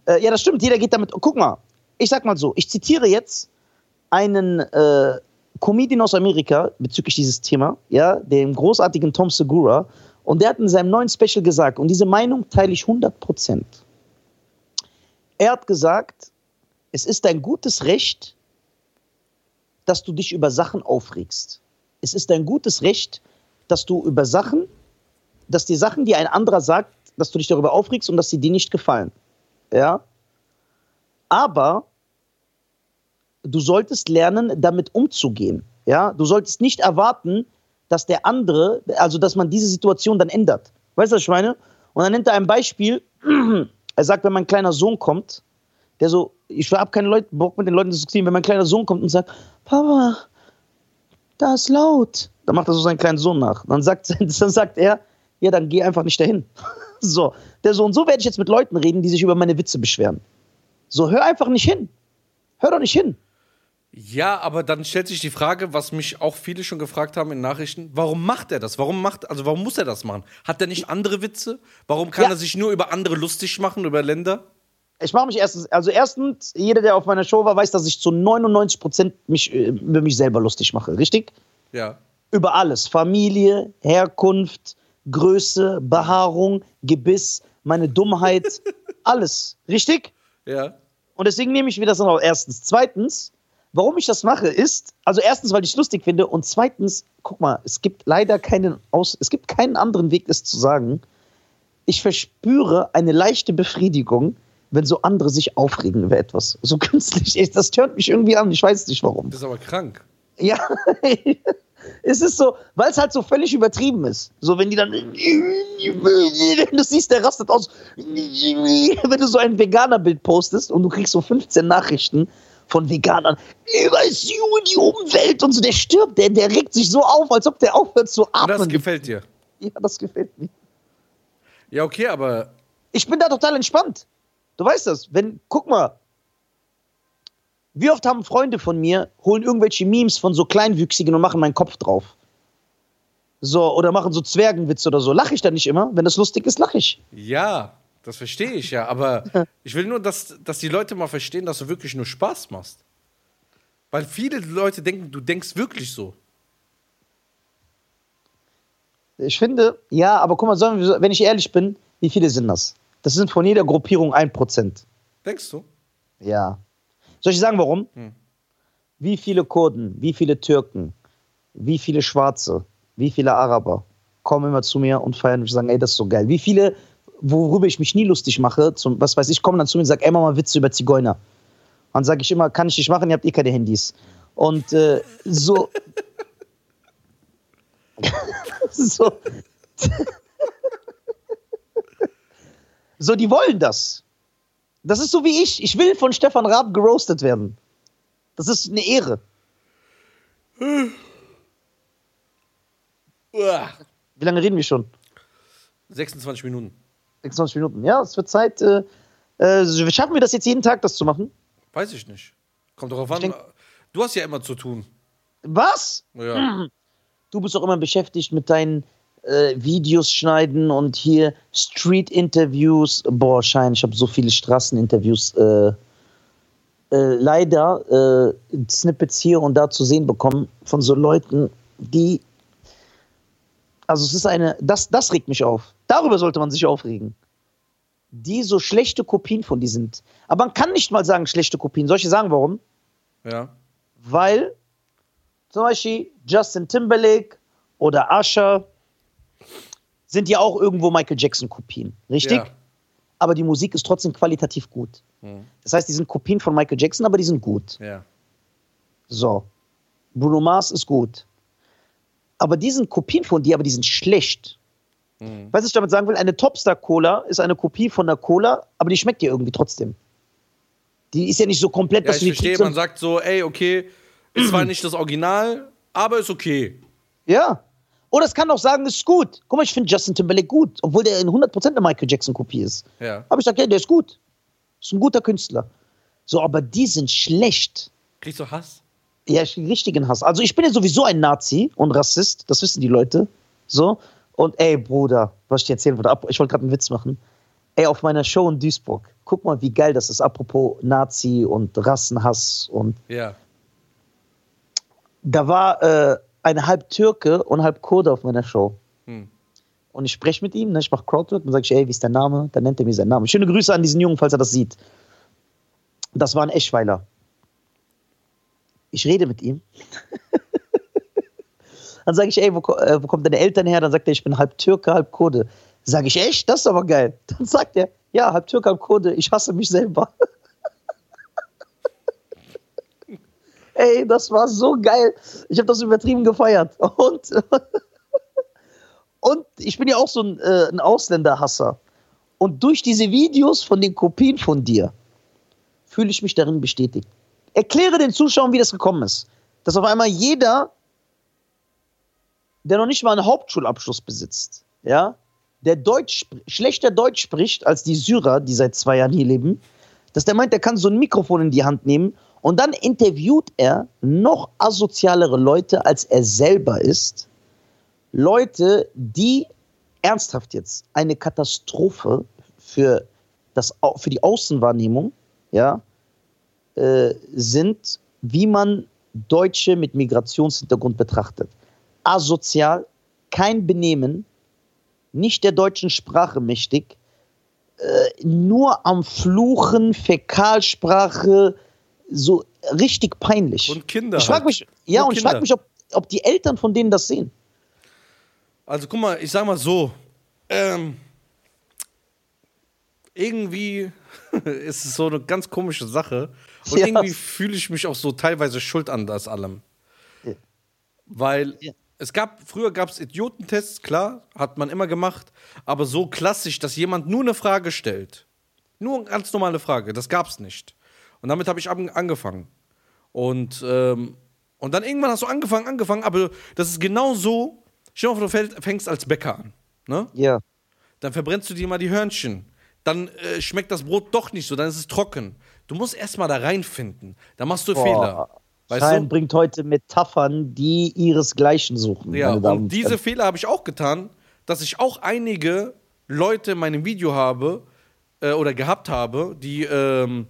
Speaker 2: Äh, ja, das stimmt, jeder geht damit. Guck mal, ich sag mal so, ich zitiere jetzt einen äh, Comedian aus Amerika bezüglich dieses Thema, ja, dem großartigen Tom Segura. Und der hat in seinem neuen Special gesagt, und diese Meinung teile ich 100%. Er hat gesagt, es ist dein gutes Recht, dass du dich über Sachen aufregst. Es ist dein gutes Recht, dass du über Sachen, dass die Sachen, die ein anderer sagt, dass du dich darüber aufregst und dass sie dir nicht gefallen. Ja? Aber du solltest lernen, damit umzugehen. Ja, du solltest nicht erwarten, dass der andere, also dass man diese Situation dann ändert. Weißt du, was ich meine? Und dann nennt er ein Beispiel. Er sagt, wenn mein kleiner Sohn kommt, der so, ich habe keinen Leut Bock mit den Leuten zu diskutieren, wenn mein kleiner Sohn kommt und sagt, Papa, da ist laut. Dann macht er so seinen kleinen Sohn nach. Dann sagt, dann sagt er, ja, dann geh einfach nicht dahin. So, der Sohn, so werde ich jetzt mit Leuten reden, die sich über meine Witze beschweren. So, hör einfach nicht hin. Hör doch nicht hin.
Speaker 1: Ja, aber dann stellt sich die Frage, was mich auch viele schon gefragt haben in Nachrichten, warum macht er das? Warum macht, also warum muss er das machen? Hat er nicht andere Witze? Warum kann
Speaker 2: Ja.
Speaker 1: er sich nur über andere lustig machen, über Länder?
Speaker 2: Ich mache mich erstens, also erstens, jeder, der auf meiner Show war, weiß, dass ich zu 99% mich äh, über mich selber lustig mache, richtig?
Speaker 1: Ja.
Speaker 2: Über alles. Familie, Herkunft, Größe, Behaarung, Gebiss, meine Dummheit, alles, richtig?
Speaker 1: Ja.
Speaker 2: Und deswegen nehme ich mir das dann auch erstens. Zweitens, warum ich das mache, ist, also erstens, weil ich es lustig finde und zweitens, guck mal, es gibt leider keinen Aus, es gibt keinen anderen Weg, es zu sagen. Ich verspüre eine leichte Befriedigung, wenn so andere sich aufregen über etwas. So künstlich, echt, das stört mich irgendwie an, ich weiß nicht warum.
Speaker 1: Das ist aber krank.
Speaker 2: Ja, es ist so, weil es halt so völlig übertrieben ist. So, wenn die dann, wenn du siehst, der rastet aus. Wenn du so ein Veganer-Bild postest und du kriegst so 15 Nachrichten von Veganern über das Ju- die Umwelt und so, der stirbt, der, der regt sich so auf, als ob der aufhört zu
Speaker 1: Und das
Speaker 2: atmen.
Speaker 1: gefällt dir.
Speaker 2: ja, das gefällt mir.
Speaker 1: Ja, okay, aber
Speaker 2: Ich bin da total entspannt. Du weißt das. Wenn, guck mal. Wie oft haben Freunde von mir, holen irgendwelche Memes von so Kleinwüchsigen und machen meinen Kopf drauf. So, oder machen so Zwergenwitze oder so. Lache ich dann nicht immer? Wenn das lustig ist, lache ich.
Speaker 1: ja. Das verstehe ich ja, aber ich will nur, dass, dass die Leute mal verstehen, dass du wirklich nur Spaß machst. Weil viele Leute denken, du denkst wirklich so.
Speaker 2: Ich finde, ja, aber guck mal, sollen wir- wenn ich ehrlich bin, wie viele sind das? Das sind von jeder Gruppierung 1%.
Speaker 1: Denkst du?
Speaker 2: Ja. Soll ich sagen, warum? Wie viele Kurden, wie viele Türken, wie viele Schwarze, wie viele Araber kommen immer zu mir und feiern mich und sagen, ey, das ist so geil. Wie viele, worüber ich mich nie lustig mache, zum, was weiß ich, kommen dann zu mir und sagen, ey, mach mal Witze über Zigeuner. Und dann sage ich immer, kann ich nicht machen, ihr habt eh keine Handys. Und äh, so. so. so, die wollen das. Das ist so wie ich. Ich will von Stefan Raab geroastet werden. Das ist eine Ehre.
Speaker 1: Uah.
Speaker 2: Wie lange reden wir schon?
Speaker 1: 26 Minuten.
Speaker 2: 26 Minuten. Ja, es wird Zeit. Äh, äh, schaffen wir das jetzt jeden Tag, das zu machen?
Speaker 1: Weiß ich nicht. Kommt darauf an.
Speaker 2: denk-
Speaker 1: du hast ja immer zu tun.
Speaker 2: Was?
Speaker 1: Ja.
Speaker 2: Du bist auch immer beschäftigt mit deinen äh, Videos schneiden und hier Street-Interviews. Boah, Schein, ich habe so viele Straßeninterviews äh, äh, leider äh, Snippets hier und da zu sehen bekommen von so Leuten, die. Also, es ist eine. Das, das regt mich auf. Darüber sollte man sich aufregen. Die so schlechte Kopien von die sind. Aber man kann nicht mal sagen, schlechte Kopien. Soll ich dir sagen, warum?
Speaker 1: ja.
Speaker 2: weil zum Beispiel Justin Timberlake oder Usher sind ja auch irgendwo Michael Jackson-Kopien, richtig?
Speaker 1: Ja. Mhm.
Speaker 2: Aber die Musik ist trotzdem qualitativ gut. Das heißt, die sind Kopien von Michael Jackson, aber die sind gut.
Speaker 1: ja.
Speaker 2: So, Bruno Mars ist gut. Aber die sind Kopien von dir, aber die sind schlecht.
Speaker 1: Mhm.
Speaker 2: Weißt du, was ich damit sagen will? Eine Topstar-Cola ist eine Kopie von der Cola, aber die schmeckt dir irgendwie trotzdem. Die ist ja nicht so komplett,
Speaker 1: Ja,
Speaker 2: dass
Speaker 1: ich
Speaker 2: du die
Speaker 1: verstehe,
Speaker 2: Pizza-
Speaker 1: man sagt so, ey, okay, es war nicht das Original, aber ist okay.
Speaker 2: Ja. Oder es kann auch sagen, ist gut. Guck mal, ich finde Justin Timberlake gut, obwohl der in 100% eine Michael Jackson-Kopie ist.
Speaker 1: Ja.
Speaker 2: Aber ich sage, ja, der ist gut. Ist ein guter Künstler. So, aber die sind schlecht.
Speaker 1: Kriegst du Hass?
Speaker 2: Ja, ich krieg richtigen Hass. Also ich bin ja sowieso ein Nazi und Rassist, das wissen die Leute. So. Und ey, Bruder, was ich dir erzählen wollte, ap- ich wollte gerade einen Witz machen. Ey, auf meiner Show in Duisburg, guck mal, wie geil das ist, apropos Nazi und Rassenhass und
Speaker 1: Ja.
Speaker 2: da war äh, ein halb Türke und halb Kurde auf meiner Show.
Speaker 1: Hm.
Speaker 2: Und ich spreche mit ihm, ne, ich mache Crowdwork und sage ich, ey, wie ist dein Name? Dann nennt er mir seinen Namen. Schöne Grüße an diesen Jungen, falls er das sieht. Das war ein Eschweiler. Ich rede mit ihm. Dann sage ich, ey, wo, ko- äh, wo kommen deine Eltern her? Dann sagt er, ich bin halb Türke, halb Kurde. Sage ich, echt? Das ist aber geil. Dann sagt er, ja, halb Türke, halb Kurde, ich hasse mich selber. ey, das war so geil. Ich habe das übertrieben gefeiert. Und und ich bin ja auch so ein, äh, ein Ausländerhasser. Und durch diese Videos von den Kopien von dir fühle ich mich darin bestätigt. Erkläre den Zuschauern, wie das gekommen ist. Dass auf einmal jeder, der noch nicht mal einen Hauptschulabschluss besitzt, ja, der Deutsch, spr- schlechter Deutsch spricht als die Syrer, die seit zwei Jahren hier leben, dass der meint, der kann so ein Mikrofon in die Hand nehmen und dann interviewt er noch asozialere Leute, als er selber ist. Leute, die ernsthaft jetzt eine Katastrophe für, das, Au- für die Außenwahrnehmung ja, äh, sind, wie man Deutsche mit Migrationshintergrund betrachtet. Asozial, kein Benehmen, nicht der deutschen Sprache mächtig, äh, nur am Fluchen, Fäkalsprache, so richtig peinlich.
Speaker 1: Und Kinder
Speaker 2: Ich frage
Speaker 1: halt.
Speaker 2: mich, ja,
Speaker 1: Nur
Speaker 2: und ich frage
Speaker 1: Kinder.
Speaker 2: mich, ob, ob die Eltern von denen das sehen.
Speaker 1: Also guck mal, ich sag mal so, ähm, irgendwie ist es so eine ganz komische Sache und
Speaker 2: Ja.
Speaker 1: irgendwie fühle ich mich auch so teilweise schuld an das allem.
Speaker 2: Ja.
Speaker 1: Weil
Speaker 2: Ja.
Speaker 1: es gab, früher gab es Idiotentests, klar, hat man immer gemacht, aber so klassisch, dass jemand nur eine Frage stellt. Nur eine ganz normale Frage, das gab es nicht. Und damit habe ich an- angefangen. Und, ähm, und dann irgendwann hast du angefangen, angefangen, aber das ist genau so. Stell dir mal vor, du fäll- fängst als Bäcker an. Ne?
Speaker 2: Ja.
Speaker 1: Dann verbrennst du dir mal die Hörnchen. Dann äh, schmeckt das Brot doch nicht so, dann ist es trocken. Du musst erstmal da reinfinden. Da machst du Fehler. Weißt
Speaker 2: Schein
Speaker 1: du?
Speaker 2: bringt heute Metaphern, die ihresgleichen suchen.
Speaker 1: Ja,
Speaker 2: meine Damen
Speaker 1: und diese
Speaker 2: Herren.
Speaker 1: Fehler habe ich auch getan, dass ich auch einige Leute in meinem Video habe, äh, oder gehabt habe, die ähm,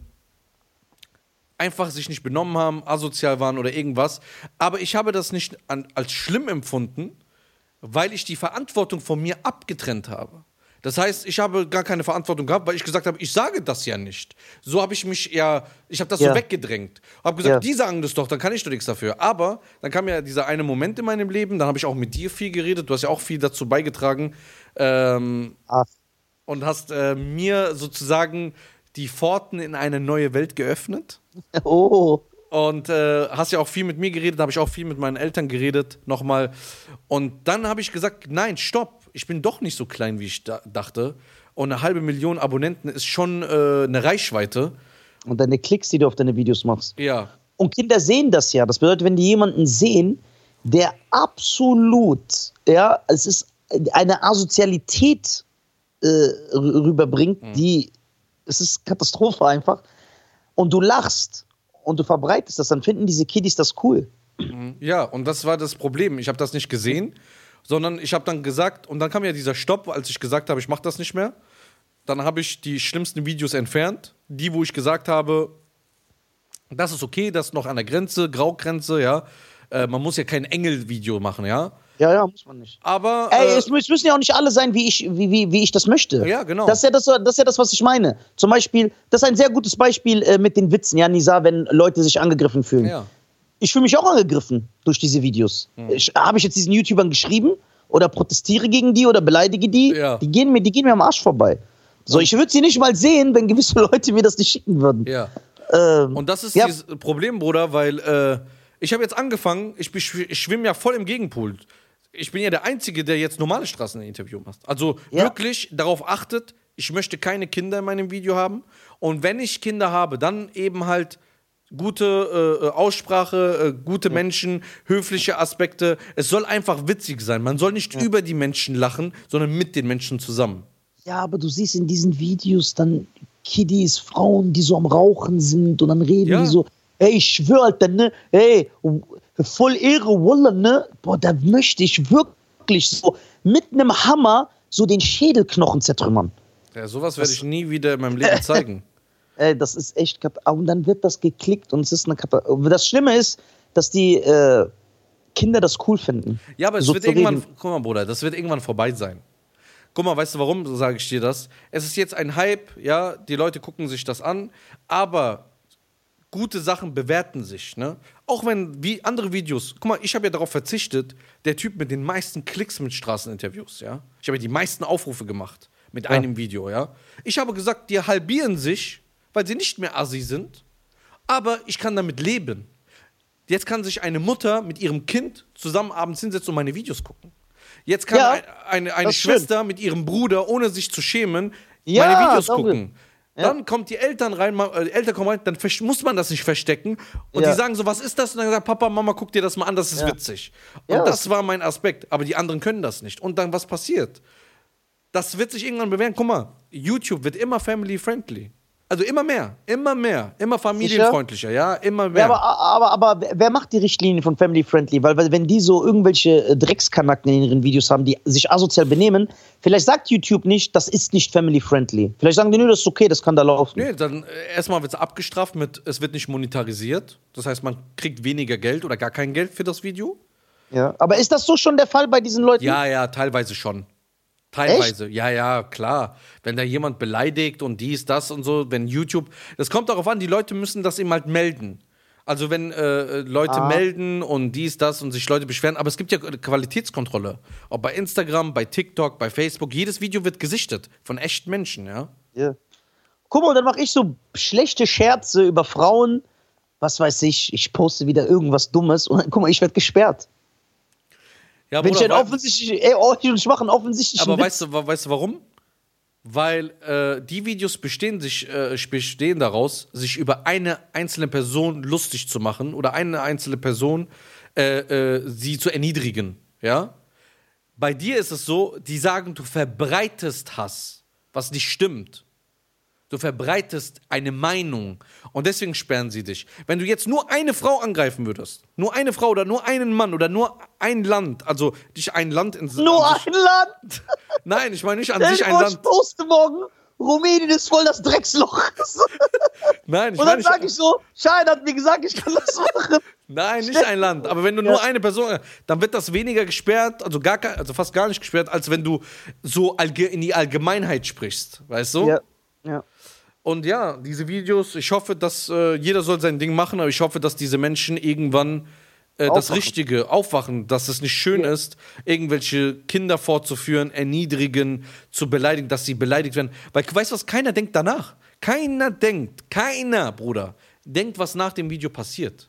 Speaker 1: einfach sich nicht benommen haben, asozial waren oder irgendwas. Aber ich habe das nicht an, als schlimm empfunden, weil ich die Verantwortung von mir abgetrennt habe. Das heißt, ich habe gar keine Verantwortung gehabt, weil ich gesagt habe, ich sage das ja nicht. So habe ich mich ja, ich habe das
Speaker 2: Ja.
Speaker 1: so weggedrängt. Habe gesagt,
Speaker 2: Ja.
Speaker 1: die sagen das doch, dann kann ich doch nichts dafür. Aber dann kam ja dieser eine Moment in meinem Leben, dann habe ich auch mit dir viel geredet, du hast ja auch viel dazu beigetragen. Ähm,
Speaker 2: Ach,
Speaker 1: und hast äh, mir sozusagen die Pforten in eine neue Welt geöffnet.
Speaker 2: oh.
Speaker 1: Und äh, hast ja auch viel mit mir geredet, habe ich auch viel mit meinen Eltern geredet, nochmal. Und dann habe ich gesagt, nein, stopp, ich bin doch nicht so klein, wie ich da dachte. Und eine halbe Million Abonnenten ist schon äh, eine Reichweite.
Speaker 2: Und deine Klicks, die du auf deine Videos machst.
Speaker 1: Ja,
Speaker 2: Und Kinder sehen das ja. Das bedeutet, wenn die jemanden sehen, der absolut, ja, es ist eine Asozialität äh, rü- rüberbringt,
Speaker 1: Mhm.
Speaker 2: die, es ist Katastrophe einfach. Und du lachst und du verbreitest das, dann finden diese Kiddies das cool.
Speaker 1: ja, und das war das Problem. Ich habe das nicht gesehen, sondern ich habe dann gesagt, und dann kam ja dieser Stopp, als ich gesagt habe, ich mache das nicht mehr. Dann habe ich die schlimmsten Videos entfernt. Die, wo ich gesagt habe, das ist okay, das ist noch an der Grenze, Graugrenze, ja. Äh, man muss ja kein Engel-Video machen, ja.
Speaker 2: Ja, ja, muss man nicht.
Speaker 1: Aber.
Speaker 2: Ey,
Speaker 1: äh,
Speaker 2: es, mü- es müssen ja auch nicht alle sein, wie ich, wie, wie, wie ich das möchte.
Speaker 1: Ja, genau.
Speaker 2: Das ist ja das, das ist ja das, was ich meine. Zum Beispiel, das ist ein sehr gutes Beispiel äh, mit den Witzen, ja, Nisa, wenn Leute sich angegriffen fühlen.
Speaker 1: ja. Hm.
Speaker 2: ich fühle mich auch angegriffen durch diese Videos. Ich- Habe ich jetzt diesen YouTubern geschrieben oder protestiere gegen die oder beleidige die?
Speaker 1: Ja.
Speaker 2: Die, gehen mir, die gehen mir am Arsch vorbei. So, ich würde sie nicht mal sehen, wenn gewisse Leute mir das nicht schicken würden.
Speaker 1: ja.
Speaker 2: Ähm,
Speaker 1: Und das ist
Speaker 2: Ja.
Speaker 1: dieses Problem, Bruder, weil äh, ich habe jetzt angefangen, ich, beschw- ich schwimme ja voll im Gegenpol. Ich bin ja der Einzige, der jetzt normale Straßeninterview macht. Also
Speaker 2: Ja.
Speaker 1: wirklich darauf achtet, ich möchte keine Kinder in meinem Video haben. Und wenn ich Kinder habe, dann eben halt gute äh, äh, Aussprache, äh, gute Menschen, höfliche Aspekte. Es soll einfach witzig sein. Man soll nicht über die Menschen lachen, sondern mit den Menschen zusammen.
Speaker 2: ja, aber du siehst in diesen Videos dann Kiddies, Frauen, die so am Rauchen sind und dann reden
Speaker 1: Ja.
Speaker 2: die so, ey, ich schwör, Alter, ne, ey, voll Ehre, Wallah, ne, boah, da möchte ich wirklich so mit einem Hammer so den Schädelknochen zertrümmern.
Speaker 1: Ja, sowas werde ich nie wieder in meinem Leben zeigen.
Speaker 2: Ey, das ist echt kat- ah, Und dann wird das geklickt und es ist eine Katastrophe. Das Schlimme ist, dass die äh, Kinder das cool finden.
Speaker 1: Ja, aber es
Speaker 2: So
Speaker 1: wird
Speaker 2: zu
Speaker 1: irgendwann,
Speaker 2: reden.
Speaker 1: guck mal, Bruder, das wird irgendwann vorbei sein. Guck mal, weißt du, warum sage ich dir das? Es ist jetzt ein Hype, ja, die Leute gucken sich das an, aber gute Sachen bewerten sich, ne? Auch wenn wie andere Videos, guck mal, ich habe ja darauf verzichtet, der Typ mit den meisten Klicks mit Straßeninterviews, ja? Ich habe ja die meisten Aufrufe gemacht mit einem Video, ja? Ich habe gesagt, die halbieren sich, weil sie nicht mehr assi sind, aber ich kann damit leben. Jetzt kann sich eine Mutter mit ihrem Kind zusammen abends hinsetzen und meine Videos gucken. Jetzt kann
Speaker 2: Ja,
Speaker 1: ein- eine, eine
Speaker 2: das stimmt.
Speaker 1: Schwester mit ihrem Bruder, ohne sich zu schämen,
Speaker 2: Ja,
Speaker 1: meine Videos
Speaker 2: danke.
Speaker 1: gucken. Dann kommt die Eltern rein, ma- äh, die Eltern kommen rein, dann versch- muss man das nicht verstecken. Und
Speaker 2: Ja.
Speaker 1: die sagen so, was ist das? Und dann sagt Papa, Mama, guck dir das mal an, das ist witzig. Und
Speaker 2: Ja.
Speaker 1: das war mein Aspekt. Aber die anderen können das nicht. Und dann, was passiert? Das wird sich irgendwann bewähren. Guck mal, YouTube wird immer family-friendly. Also immer mehr, immer mehr, immer familienfreundlicher, ja, immer mehr.
Speaker 2: Ja, aber, aber, aber wer- wer macht die Richtlinien von Family Friendly? Weil, weil wenn die so irgendwelche äh, Dreckskanacken in ihren Videos haben, die sich asozial benehmen, vielleicht sagt YouTube nicht, das ist nicht Family Friendly. Vielleicht sagen die, nö, das ist okay, das kann da laufen.
Speaker 1: Nee, dann äh, erstmal wird es abgestraft mit, es wird nicht monetarisiert. Das heißt, man kriegt weniger Geld oder gar kein Geld für das Video.
Speaker 2: Ja. Aber ist das so schon der Fall bei diesen Leuten?
Speaker 1: Ja, ja, teilweise schon. Teilweise, ja, ja, klar. Wenn da jemand beleidigt und dies, das und so, wenn YouTube. Das kommt darauf an, die Leute müssen das eben halt melden. Also wenn äh, Leute melden und dies, das und sich Leute beschweren, aber es gibt ja Qualitätskontrolle. Ob bei Instagram, bei TikTok, bei Facebook, jedes Video wird gesichtet von echten Menschen, ja.
Speaker 2: Ja. Guck mal, und dann mache ich so schlechte Scherze über Frauen. Was weiß ich, ich poste wieder irgendwas Dummes und dann, guck mal, ich werde gesperrt.
Speaker 1: ja
Speaker 2: Wenn ich
Speaker 1: Bruder,
Speaker 2: einen
Speaker 1: weil-
Speaker 2: offensichtlichen, ey, oh, ich mache einen offensichtlichen
Speaker 1: Aber
Speaker 2: Witz.
Speaker 1: weißt du, wa- weißt du warum? Weil äh, die Videos bestehen, sich, äh, bestehen daraus, sich über eine einzelne Person lustig zu machen oder eine einzelne Person äh, äh, sie zu erniedrigen. Ja? Bei dir ist es so, die sagen, du verbreitest Hass, was nicht stimmt. Du verbreitest eine Meinung und deswegen sperren sie dich. Wenn du jetzt nur eine Frau angreifen würdest, nur eine Frau oder nur einen Mann oder nur ein Land, also dich ein Land ins
Speaker 2: Nur
Speaker 1: an sich-
Speaker 2: ein Land!
Speaker 1: Nein, ich meine nicht an
Speaker 2: Stell
Speaker 1: sich
Speaker 2: dir
Speaker 1: ein
Speaker 2: vor, ich
Speaker 1: Land.
Speaker 2: poste morgen Rumänien ist voll das Drecksloch.
Speaker 1: Nein, ich
Speaker 2: Und
Speaker 1: meine
Speaker 2: dann
Speaker 1: nicht,
Speaker 2: sage ich so, Schein hat mir gesagt, ich kann das machen.
Speaker 1: nein, nicht ein Land. Aber wenn du nur eine Person, dann wird das weniger gesperrt, also, gar, kein- also fast gar nicht gesperrt, als wenn du so allge in die Allgemeinheit sprichst, weißt du?
Speaker 2: Ja, ja.
Speaker 1: Und ja, diese Videos, ich hoffe, dass äh, jeder soll sein Ding machen, aber ich hoffe, dass diese Menschen irgendwann äh, das
Speaker 2: Aufwachen.
Speaker 1: Richtige aufwachen, dass es nicht schön ist, irgendwelche Kinder vorzuführen, erniedrigen, zu beleidigen, dass sie beleidigt werden. Weil weißt du was, keiner denkt danach. Keiner denkt, keiner, Bruder, denkt, was nach dem Video passiert.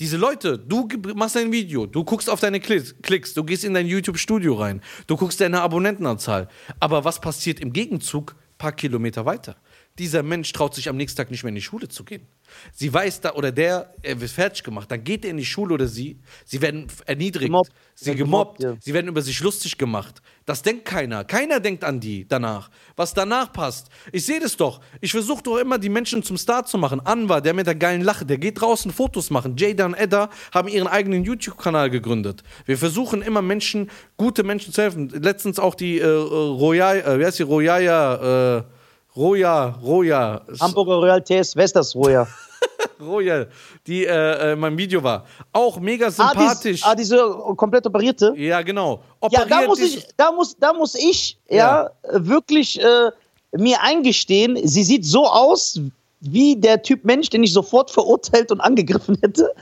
Speaker 1: Diese Leute, du gib- machst ein Video, du guckst auf deine Klicks, Klicks, du gehst in dein YouTube-Studio rein, du guckst deine Abonnentenanzahl. Aber was passiert im Gegenzug? Paar Kilometer weiter. Dieser Mensch traut sich am nächsten Tag nicht mehr in die Schule zu gehen. Sie weiß da, oder der, er wird fertig gemacht. Dann geht er in die Schule oder sie. Sie werden f- erniedrigt,
Speaker 2: Gemobbt.
Speaker 1: sie
Speaker 2: Ja,
Speaker 1: gemobbt,
Speaker 2: gemobbt, ja.
Speaker 1: sie werden über sich lustig gemacht. Das denkt keiner. Keiner denkt an die danach. Was danach passt. Ich sehe das doch. Ich versuche doch immer, die Menschen zum Star zu machen. Anwar, der mit der geilen Lache, der geht draußen Fotos machen. Jada und Edda haben ihren eigenen YouTube-Kanal gegründet. Wir versuchen immer Menschen, gute Menschen zu helfen. Letztens auch die äh, äh, Royal, äh, wie heißt die Royaya, äh, Roya, Roya,
Speaker 2: Hamburger Royal TS Westersroja.
Speaker 1: Roya, die äh, äh, in meinem Video war. Auch mega
Speaker 2: Ah, dies-
Speaker 1: sympathisch.
Speaker 2: ah, diese komplett operierte?
Speaker 1: ja, genau.
Speaker 2: Ja, da muss
Speaker 1: ist-
Speaker 2: ich, da muss, da muss ich, ja, wirklich äh, mir eingestehen, sie sieht so aus wie der Typ Mensch, den ich sofort verurteilt und angegriffen hätte.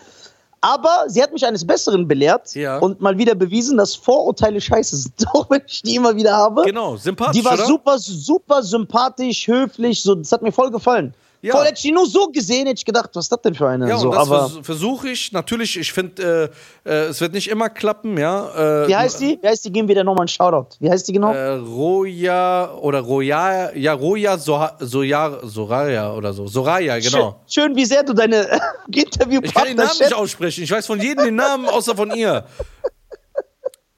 Speaker 2: Aber sie hat mich eines Besseren belehrt
Speaker 1: Ja.
Speaker 2: und mal wieder bewiesen, dass Vorurteile scheiße sind, auch wenn ich die immer wieder habe.
Speaker 1: Genau, sympathisch,
Speaker 2: Die war
Speaker 1: oder?
Speaker 2: super, super sympathisch, höflich, so, das hat mir voll gefallen.
Speaker 1: Ja.
Speaker 2: Voll, hätte ich die nur so gesehen, hätte ich gedacht, was ist das denn für eine?
Speaker 1: Ja,
Speaker 2: so,
Speaker 1: und das
Speaker 2: Also, aber,
Speaker 1: vers- versuche ich. Natürlich, ich finde, äh, äh, es wird nicht immer klappen, ja. Äh,
Speaker 2: wie heißt die? Wie heißt die? Geben wir der nochmal einen Shoutout. Wie heißt die genau?
Speaker 1: Äh, Roja oder Roja, ja, Roja Soha- Soja, Soraya oder so. Soraya, genau.
Speaker 2: Schön, schön, wie sehr du deine
Speaker 1: Ich kann den
Speaker 2: Interviewpartner
Speaker 1: Namen nicht
Speaker 2: schätzt.
Speaker 1: aussprechen. Ich weiß von jedem den Namen, außer von ihr.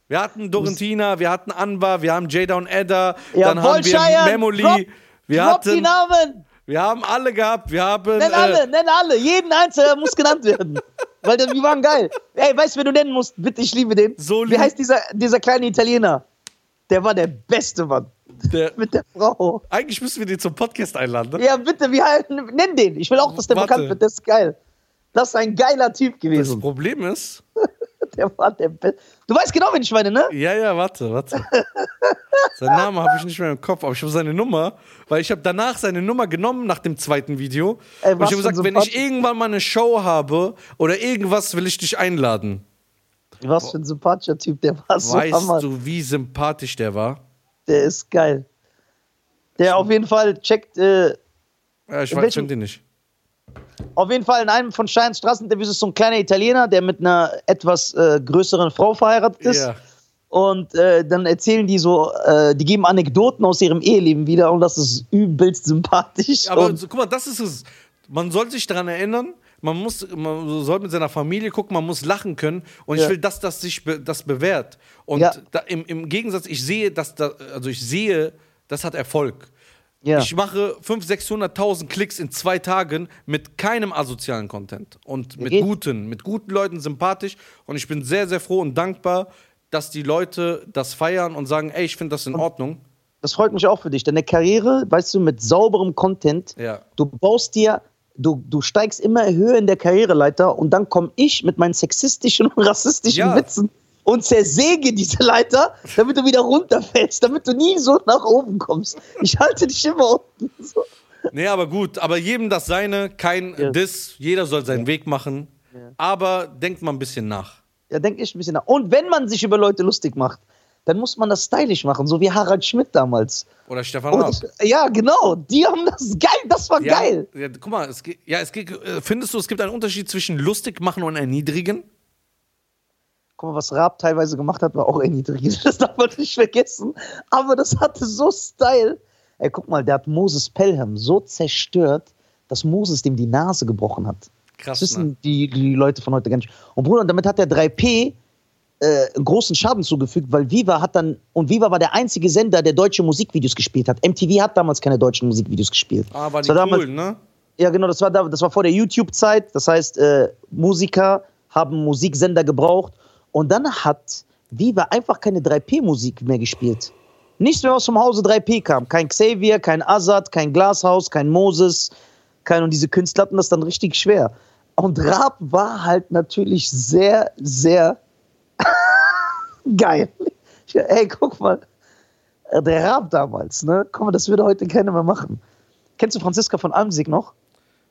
Speaker 1: Wir hatten Dorentina, wir hatten Anwar, wir haben Jada und Edda,
Speaker 2: Ja,
Speaker 1: dann haben wir
Speaker 2: Wolscheier, drop-
Speaker 1: Memoli, wir
Speaker 2: Drop die
Speaker 1: hatten,
Speaker 2: Namen!
Speaker 1: wir haben alle gehabt, wir haben
Speaker 2: Nenn
Speaker 1: äh,
Speaker 2: alle, nenn alle. Jeden Einzelnen muss genannt werden. Weil das- die waren geil. Ey, weißt du, wen du nennen musst? Bitte, ich liebe den.
Speaker 1: So
Speaker 2: wie
Speaker 1: lieb.
Speaker 2: heißt dieser, dieser kleine Italiener? Der war der beste Mann.
Speaker 1: der,
Speaker 2: Mit der Frau.
Speaker 1: eigentlich müssen wir die zum Podcast einladen. ne?
Speaker 2: Ja, bitte, wie heißt, nenn den. Ich will auch, dass der
Speaker 1: Warte.
Speaker 2: bekannt wird. Das ist geil. Das ist ein geiler Typ
Speaker 1: Das
Speaker 2: gewesen.
Speaker 1: Problem ist,
Speaker 2: Der war der beste. Du weißt genau, wen ich meine, ne?
Speaker 1: Ja, ja, warte, warte. Seinen Namen habe ich nicht mehr im Kopf, aber ich habe seine Nummer, weil ich habe danach seine Nummer genommen nach dem zweiten Video.
Speaker 2: Ey,
Speaker 1: und ich
Speaker 2: was
Speaker 1: habe
Speaker 2: für
Speaker 1: gesagt,
Speaker 2: ein
Speaker 1: wenn ich
Speaker 2: Sympath-
Speaker 1: irgendwann mal eine Show habe oder irgendwas, will ich dich einladen.
Speaker 2: Was für ein sympathischer Typ, der war so
Speaker 1: weißt
Speaker 2: hammer.
Speaker 1: du, wie sympathisch der war?
Speaker 2: Der ist geil. Der auf jeden Fall checkt, äh,
Speaker 1: Ja, ich
Speaker 2: In
Speaker 1: weiß,
Speaker 2: welchem-
Speaker 1: kennt ihn nicht.
Speaker 2: auf jeden Fall in einem von Steins Straßeninterviews ist so ein kleiner Italiener, der mit einer etwas äh, größeren Frau verheiratet ist.
Speaker 1: Ja.
Speaker 2: Und äh, dann erzählen die so, äh, die geben Anekdoten aus ihrem Eheleben wieder und das ist übelst sympathisch.
Speaker 1: Aber
Speaker 2: und,
Speaker 1: so, guck mal, das ist es. Man soll sich daran erinnern, man muss, man soll mit seiner Familie gucken, man muss lachen können. Und ich
Speaker 2: Ja.
Speaker 1: will, dass das sich be, das bewährt. Und
Speaker 2: Ja.
Speaker 1: da, im, im Gegensatz, ich sehe, dass da, also ich sehe, das hat Erfolg.
Speaker 2: ja.
Speaker 1: Ich mache 500.000, 600.000 Klicks in zwei Tagen mit keinem asozialen Content und mit
Speaker 2: Geht.
Speaker 1: guten, mit guten Leuten sympathisch. Und ich bin sehr, sehr froh und dankbar, dass die Leute das feiern und sagen, ey, ich finde das in Ordnung.
Speaker 2: das freut mich auch für dich. Deine Karriere, weißt du, mit sauberem Content,
Speaker 1: Ja.
Speaker 2: du baust dir, du, du steigst immer höher in der Karriereleiter und dann komme ich mit meinen sexistischen und rassistischen
Speaker 1: Ja.
Speaker 2: Witzen und zersäge diese Leiter, damit du wieder runterfällst, damit du nie so nach oben kommst. Ich halte dich immer unten. So.
Speaker 1: Nee, aber gut, aber jedem das seine, kein
Speaker 2: Ja.
Speaker 1: Diss, jeder soll seinen Weg machen. Aber denkt mal ein bisschen nach.
Speaker 2: Da denke ich ein bisschen nach. Und wenn man sich über Leute lustig macht, dann muss man das stylisch machen, so wie Harald Schmidt damals.
Speaker 1: Oder Stefan
Speaker 2: Und
Speaker 1: Raab.
Speaker 2: ich, ja, genau. Die haben das geil. Das war
Speaker 1: Ja,
Speaker 2: geil.
Speaker 1: Ja, guck mal, es geht, ja, es geht, äh, findest du, es gibt einen Unterschied zwischen lustig machen und erniedrigen?
Speaker 2: Guck mal, was Raab teilweise gemacht hat, war auch erniedrigend. Das darf man nicht vergessen. Aber das hatte so Style. Ey, guck mal, der hat Moses Pelham so zerstört, dass Moses dem die Nase gebrochen hat.
Speaker 1: Krass, ne?
Speaker 2: Das wissen die, die Leute von heute gar nicht. Und Bruder, und damit hat der 3P äh, großen Schaden zugefügt, weil Viva hat dann, und Viva war der einzige Sender, der deutsche Musikvideos gespielt hat. MTV hat damals keine deutschen Musikvideos gespielt.
Speaker 1: Ah, war
Speaker 2: Das
Speaker 1: die
Speaker 2: damals-
Speaker 1: cool, ne?
Speaker 2: ja, genau, das war, da, das war vor der YouTube-Zeit. Das heißt, äh, Musiker haben Musiksender gebraucht. Und dann hat Viva einfach keine 3P-Musik mehr gespielt. Nichts mehr, was vom Hause 3P kam. Kein Xavier, kein Azad, kein Glashaus, kein Moses, kein und diese Künstler hatten das dann richtig schwer. Und Raab war halt natürlich sehr, sehr geil. Ey, guck mal, Äh, der Raab damals, ne? Guck mal, das würde heute keiner mehr machen. Kennst du Franziska von Almsig noch?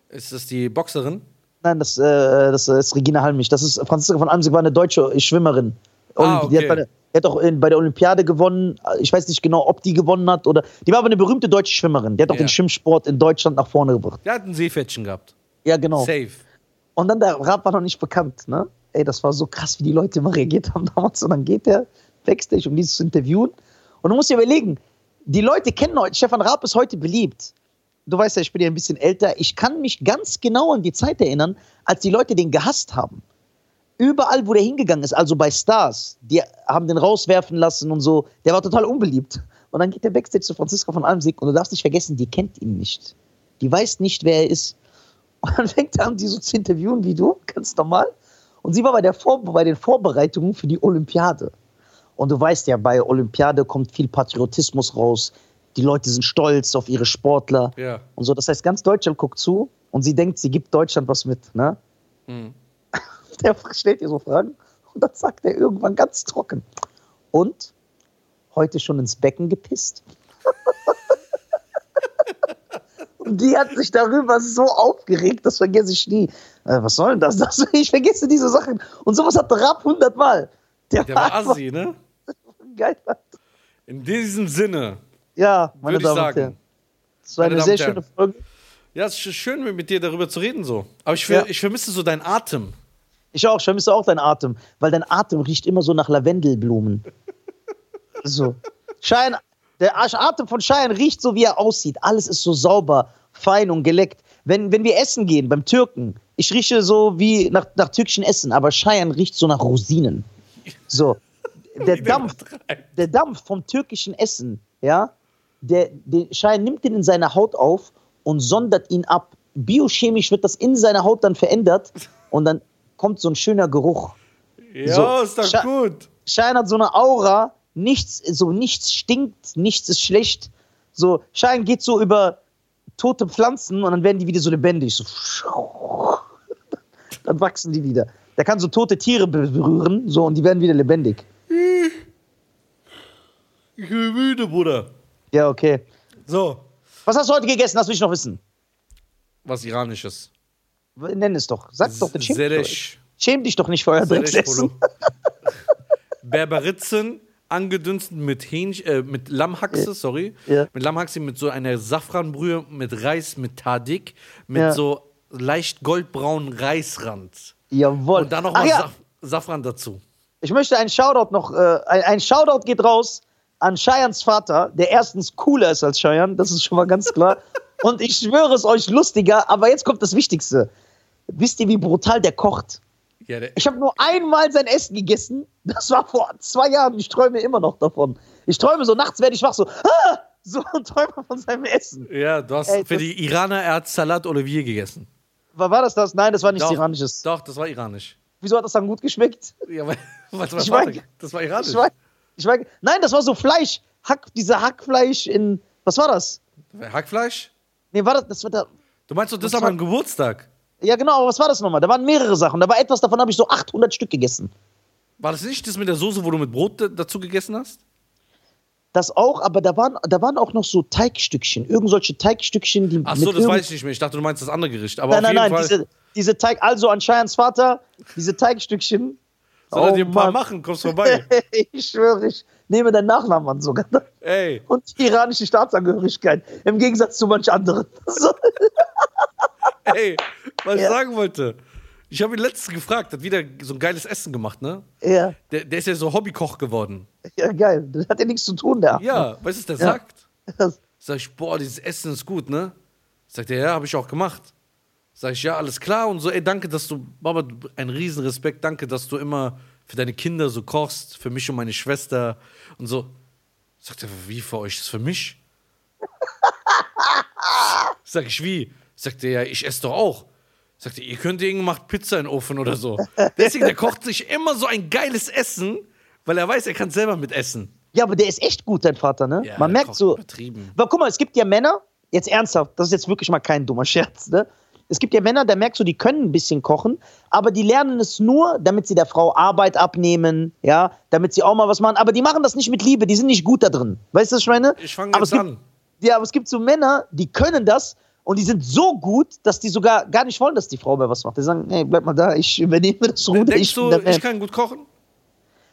Speaker 1: Ist das die Boxerin?
Speaker 2: Nein, das, äh, das ist Regina Halmich. Das ist Franziska von Almsig war eine deutsche Schwimmerin.
Speaker 1: Ah,
Speaker 2: Olympi- Die hat,
Speaker 1: okay.
Speaker 2: bei der, die hat auch in, bei der Olympiade gewonnen. Ich weiß nicht genau, ob die gewonnen hat oder. Die war aber eine berühmte deutsche Schwimmerin. Die hat auch
Speaker 1: Ja.
Speaker 2: den Schwimmsport in Deutschland nach vorne gebracht.
Speaker 1: Der hat ein Seepferdchen gehabt.
Speaker 2: Ja, genau.
Speaker 1: Safe.
Speaker 2: Und dann der Rap war noch nicht bekannt, ne? Ey, das war so krass, wie die Leute immer reagiert haben damals. Und dann geht der Backstage, um dieses zu interviewen. Und du musst dir überlegen, die Leute kennen heute, Stefan Raab ist heute beliebt. Du weißt ja, ich bin ja ein bisschen älter. Ich kann mich ganz genau an die Zeit erinnern, als die Leute den gehasst haben. Überall, wo der hingegangen ist, also bei Stars, die haben den rauswerfen lassen und so. Der war total unbeliebt. Und dann geht der Backstage zu Franziska von Almsig und du darfst nicht vergessen, die kennt ihn nicht. Die weiß nicht, wer er ist. Und dann fängt er an, die so zu interviewen wie du, ganz normal. Und sie war bei, der Vor bei den Vorbereitungen für die Olympiade. Und du weißt ja, bei Olympiade kommt viel Patriotismus raus. Die Leute sind stolz auf ihre Sportler.
Speaker 1: Ja.
Speaker 2: Und so, das heißt, ganz Deutschland guckt zu und sie denkt, sie gibt Deutschland was mit. Ne?
Speaker 1: Mhm.
Speaker 2: Der stellt ihr so Fragen und dann sagt er irgendwann ganz trocken. Und heute schon ins Becken gepisst. und die hat sich darüber so aufgeregt, das vergesse ich nie. Äh, was soll denn das? das? Ich vergesse diese Sachen. Und sowas hat Rapp hundertmal.
Speaker 1: Der war
Speaker 2: einfach
Speaker 1: assi, ne?
Speaker 2: geil.
Speaker 1: In diesem Sinne
Speaker 2: Ja,
Speaker 1: würde
Speaker 2: meine
Speaker 1: ich
Speaker 2: Damen und
Speaker 1: sagen.
Speaker 2: Herren. Das war
Speaker 1: Meine
Speaker 2: eine
Speaker 1: Damen
Speaker 2: sehr
Speaker 1: und
Speaker 2: schöne
Speaker 1: Herren.
Speaker 2: Folge.
Speaker 1: Ja, es ist schön, mit dir darüber zu reden so. Aber ich,
Speaker 2: Ja.
Speaker 1: ver ich vermisse so deinen Atem.
Speaker 2: Ich auch, ich vermisse auch deinen Atem, weil dein Atem riecht immer so nach Lavendelblumen. So. Schein, der Asch- Atem von Schein riecht so, wie er aussieht. Alles ist so sauber, fein und geleckt. Wenn, wenn wir essen gehen beim Türken, ich rieche so wie nach, nach türkischen Essen, aber Schein riecht so nach Rosinen. So. Der
Speaker 1: Wie
Speaker 2: Dampf,
Speaker 1: übertreibt.
Speaker 2: der Dampf vom türkischen Essen, ja, der, der Schein nimmt den in seine Haut auf und sondert ihn ab. Biochemisch wird das in seiner Haut dann verändert und dann kommt so ein schöner Geruch.
Speaker 1: Ja,
Speaker 2: So.
Speaker 1: ist doch
Speaker 2: Scha-
Speaker 1: gut.
Speaker 2: Schein hat so eine Aura, nichts, so nichts stinkt, nichts ist schlecht. So, Schein geht so über tote Pflanzen und dann werden die wieder so lebendig. So, dann wachsen die wieder. Der kann so tote Tiere be- berühren, so und die werden wieder lebendig.
Speaker 1: Ich bin müde, Bruder.
Speaker 2: Ja, okay.
Speaker 1: So.
Speaker 2: Was hast du heute gegessen? Das will ich noch wissen.
Speaker 1: Was Iranisches.
Speaker 2: Nenn es doch. Sag's doch, dann schäm dich
Speaker 1: Selesh.
Speaker 2: doch. Schäm dich doch nicht für euer Drecksessen.
Speaker 1: Selesh-Polo. Berberitzen, angedünstet mit, Hähnch, äh, mit Lammhaxe, sorry.
Speaker 2: Ja.
Speaker 1: Mit Lammhaxe, mit so einer Safranbrühe, mit Reis, mit Tadik, mit
Speaker 2: Ja.
Speaker 1: so leicht goldbraunen Reisrand.
Speaker 2: Jawohl.
Speaker 1: Und dann
Speaker 2: Ach
Speaker 1: nochmal
Speaker 2: ja,
Speaker 1: Saf Safran dazu.
Speaker 2: ich möchte einen Shoutout noch, äh, ein, ein Shoutout geht raus an Cheyans Vater, der erstens cooler ist als Cheyenne, das ist schon mal ganz klar. Und ich schwöre es euch, lustiger, aber jetzt kommt das Wichtigste. Wisst ihr, wie brutal der kocht?
Speaker 1: Ja, der,
Speaker 2: Ich habe nur einmal sein Essen gegessen. Das war vor zwei Jahren. Ich träume immer noch davon. Ich träume so, nachts werde ich wach so, ah! so und träume von seinem Essen.
Speaker 1: ja du hast
Speaker 2: Ey,
Speaker 1: für
Speaker 2: das-
Speaker 1: die Iraner, er hat Salat Olivier gegessen.
Speaker 2: War, war das das? Nein, das war nichts Iranisches.
Speaker 1: Doch, das war iranisch.
Speaker 2: Wieso hat das dann gut geschmeckt?
Speaker 1: Ja, weil, was, was
Speaker 2: Ich
Speaker 1: war
Speaker 2: mein-
Speaker 1: das? das war iranisch.
Speaker 2: Ich war, ich war, nein, das war so Fleisch. Hack, diese Hackfleisch in. Was war das?
Speaker 1: Hackfleisch?
Speaker 2: Nee, war das. das war da,
Speaker 1: Du meinst doch, das
Speaker 2: Was
Speaker 1: an
Speaker 2: war-
Speaker 1: meinem Geburtstag.
Speaker 2: ja, genau, aber was war das nochmal? Da waren mehrere Sachen. Da war etwas davon, habe ich so 800 Stück gegessen.
Speaker 1: War das nicht das mit der Soße, wo du mit Brot da- dazu gegessen hast?
Speaker 2: Das auch, aber da waren, da waren auch noch so Teigstückchen. Irgendwelche Teigstückchen, die.
Speaker 1: Ach so, das
Speaker 2: irgend-
Speaker 1: weiß ich nicht mehr. Ich dachte, du meinst das andere Gericht. Aber
Speaker 2: Nein, nein,
Speaker 1: auf jeden Fall,
Speaker 2: nein. Diese, diese Teig. Also an Cheyans Vater, diese Teigstückchen.
Speaker 1: soll er
Speaker 2: Oh,
Speaker 1: dir ein paar
Speaker 2: Mann.
Speaker 1: machen, kommst vorbei.
Speaker 2: ich schwöre, ich nehme deinen Nachnamen an sogar.
Speaker 1: Ey,
Speaker 2: Und die iranische Staatsangehörigkeit. Im Gegensatz zu manch anderen. So.
Speaker 1: ey, was ich
Speaker 2: Ja.
Speaker 1: sagen wollte. Ich habe ihn letztens gefragt, hat wieder so ein geiles Essen gemacht, ne?
Speaker 2: Ja.
Speaker 1: Der, der ist ja so Hobbykoch geworden.
Speaker 2: Ja, geil. Das hat ja nichts zu tun, der.
Speaker 1: Ja, weißt du, was der
Speaker 2: Ja.
Speaker 1: sagt? Sag ich, boah, dieses Essen ist gut, ne? Sagt er, ja, habe ich auch gemacht. Sag ich, ja, alles klar und so, ey, danke, dass du, Mama, du- ein Riesenrespekt, danke, dass du immer für deine Kinder so kochst, für mich und meine Schwester und so. Sagt er, wie für euch, ist für mich? Sag ich, wie? Sagt er, ja, ich esse doch auch. Sagt er, ihr könnt irgendwann macht Pizza in den Ofen oder so. Deswegen, der kocht sich immer so ein geiles Essen, weil er weiß, er kann selber mit essen.
Speaker 2: Ja, aber der ist echt gut, dein Vater, ne?
Speaker 1: Ja,
Speaker 2: Man
Speaker 1: der
Speaker 2: merkt
Speaker 1: kocht
Speaker 2: so.
Speaker 1: Übertrieben.
Speaker 2: Aber guck mal, es gibt ja Männer, jetzt ernsthaft, das ist jetzt wirklich mal kein dummer Scherz, ne? Es gibt ja Männer, da merkst du, die können ein bisschen kochen, aber die lernen es nur, damit sie der Frau Arbeit abnehmen, ja, damit sie auch mal was machen. Aber die machen das nicht mit Liebe, die sind nicht gut da drin. Weißt du, was ich meine?
Speaker 1: Ich fange
Speaker 2: Aber
Speaker 1: jetzt
Speaker 2: es gibt-
Speaker 1: an.
Speaker 2: Ja, aber es gibt so Männer, die können das und die sind so gut, dass die sogar gar nicht wollen, dass die Frau mal was macht. Die sagen, hey, bleib mal da, ich übernehme das Ruder.
Speaker 1: Denkst
Speaker 2: Ich, bin
Speaker 1: du,
Speaker 2: der
Speaker 1: ich
Speaker 2: Man.
Speaker 1: kann gut kochen?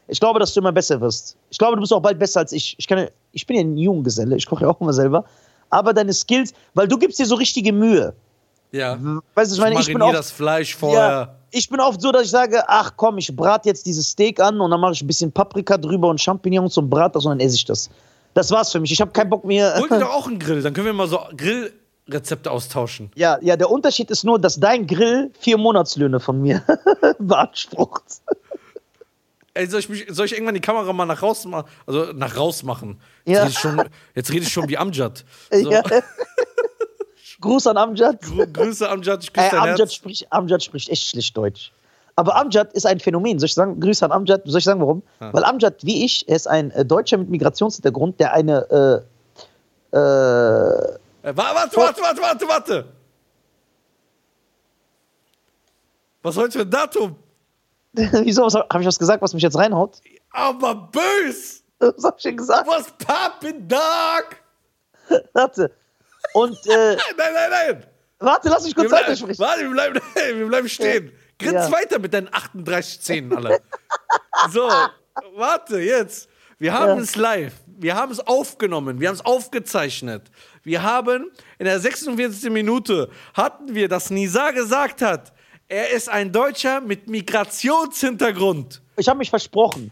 Speaker 2: ich glaube, dass du immer besser wirst. Ich glaube, du bist auch bald besser als ich. Ich, kann, ja- ich bin ja ein Junggeselle, ich koche ja auch immer selber. Aber deine Skills, weil du gibst dir so richtige Mühe.
Speaker 1: Ja.
Speaker 2: Weißt du, ich meine, ich bin
Speaker 1: Mhm. marinier
Speaker 2: oft,
Speaker 1: das Fleisch
Speaker 2: ja,
Speaker 1: vorher.
Speaker 2: ich bin oft so, dass ich sage, ach komm, ich brate jetzt dieses Steak an und dann mache ich ein bisschen Paprika drüber und Champignons und brate das und dann esse ich das. Das war's für mich. Ich habe keinen Bock mehr.
Speaker 1: Hol dir doch auch einen Grill, dann können wir mal so Grillrezepte austauschen.
Speaker 2: Ja, ja, der Unterschied ist nur, dass dein Grill vier Monatslöhne von mir beansprucht.
Speaker 1: Ey, soll ich, mich, soll ich irgendwann die Kamera mal nach raus machen? Also nach raus machen. Jetzt,
Speaker 2: Ja.
Speaker 1: rede, ich schon, jetzt rede ich schon wie Amjad. So,
Speaker 2: Ja. Gruß an Amjad.
Speaker 1: Grü Grüße Amjad, ich küsse
Speaker 2: Äh,
Speaker 1: dein
Speaker 2: Amjad,
Speaker 1: Herz.
Speaker 2: spricht, Amjad spricht echt schlecht Deutsch. Aber Amjad ist ein Phänomen. Soll ich sagen, Grüße an Amjad. Soll ich sagen, warum? Weil Amjad, wie ich, er ist ein äh, Deutscher mit Migrationshintergrund, der eine. Äh, äh,
Speaker 1: Äh, wa- warte, warte, warte, warte, warte. Was heute für ein Datum?
Speaker 2: wieso habe ich was gesagt, was mich jetzt reinhaut?
Speaker 1: Aber bös!
Speaker 2: Was habe ich denn gesagt?
Speaker 1: Was Pappendag!
Speaker 2: Warte. Und, äh,
Speaker 1: Nein, nein, nein!
Speaker 2: warte, lass mich
Speaker 1: Wir
Speaker 2: kurz
Speaker 1: bleiben,
Speaker 2: weitersprechen.
Speaker 1: warte, wir bleiben, wir bleiben stehen. Grinz
Speaker 2: Ja.
Speaker 1: weiter mit deinen 38 Zähnen, alle. So, warte, jetzt. Wir haben
Speaker 2: Ja.
Speaker 1: es live. Wir haben es aufgenommen. Wir haben es aufgezeichnet. Wir haben in der 46. Minute hatten wir, dass Nisa gesagt hat, er ist ein Deutscher mit Migrationshintergrund.
Speaker 2: Ich habe mich versprochen.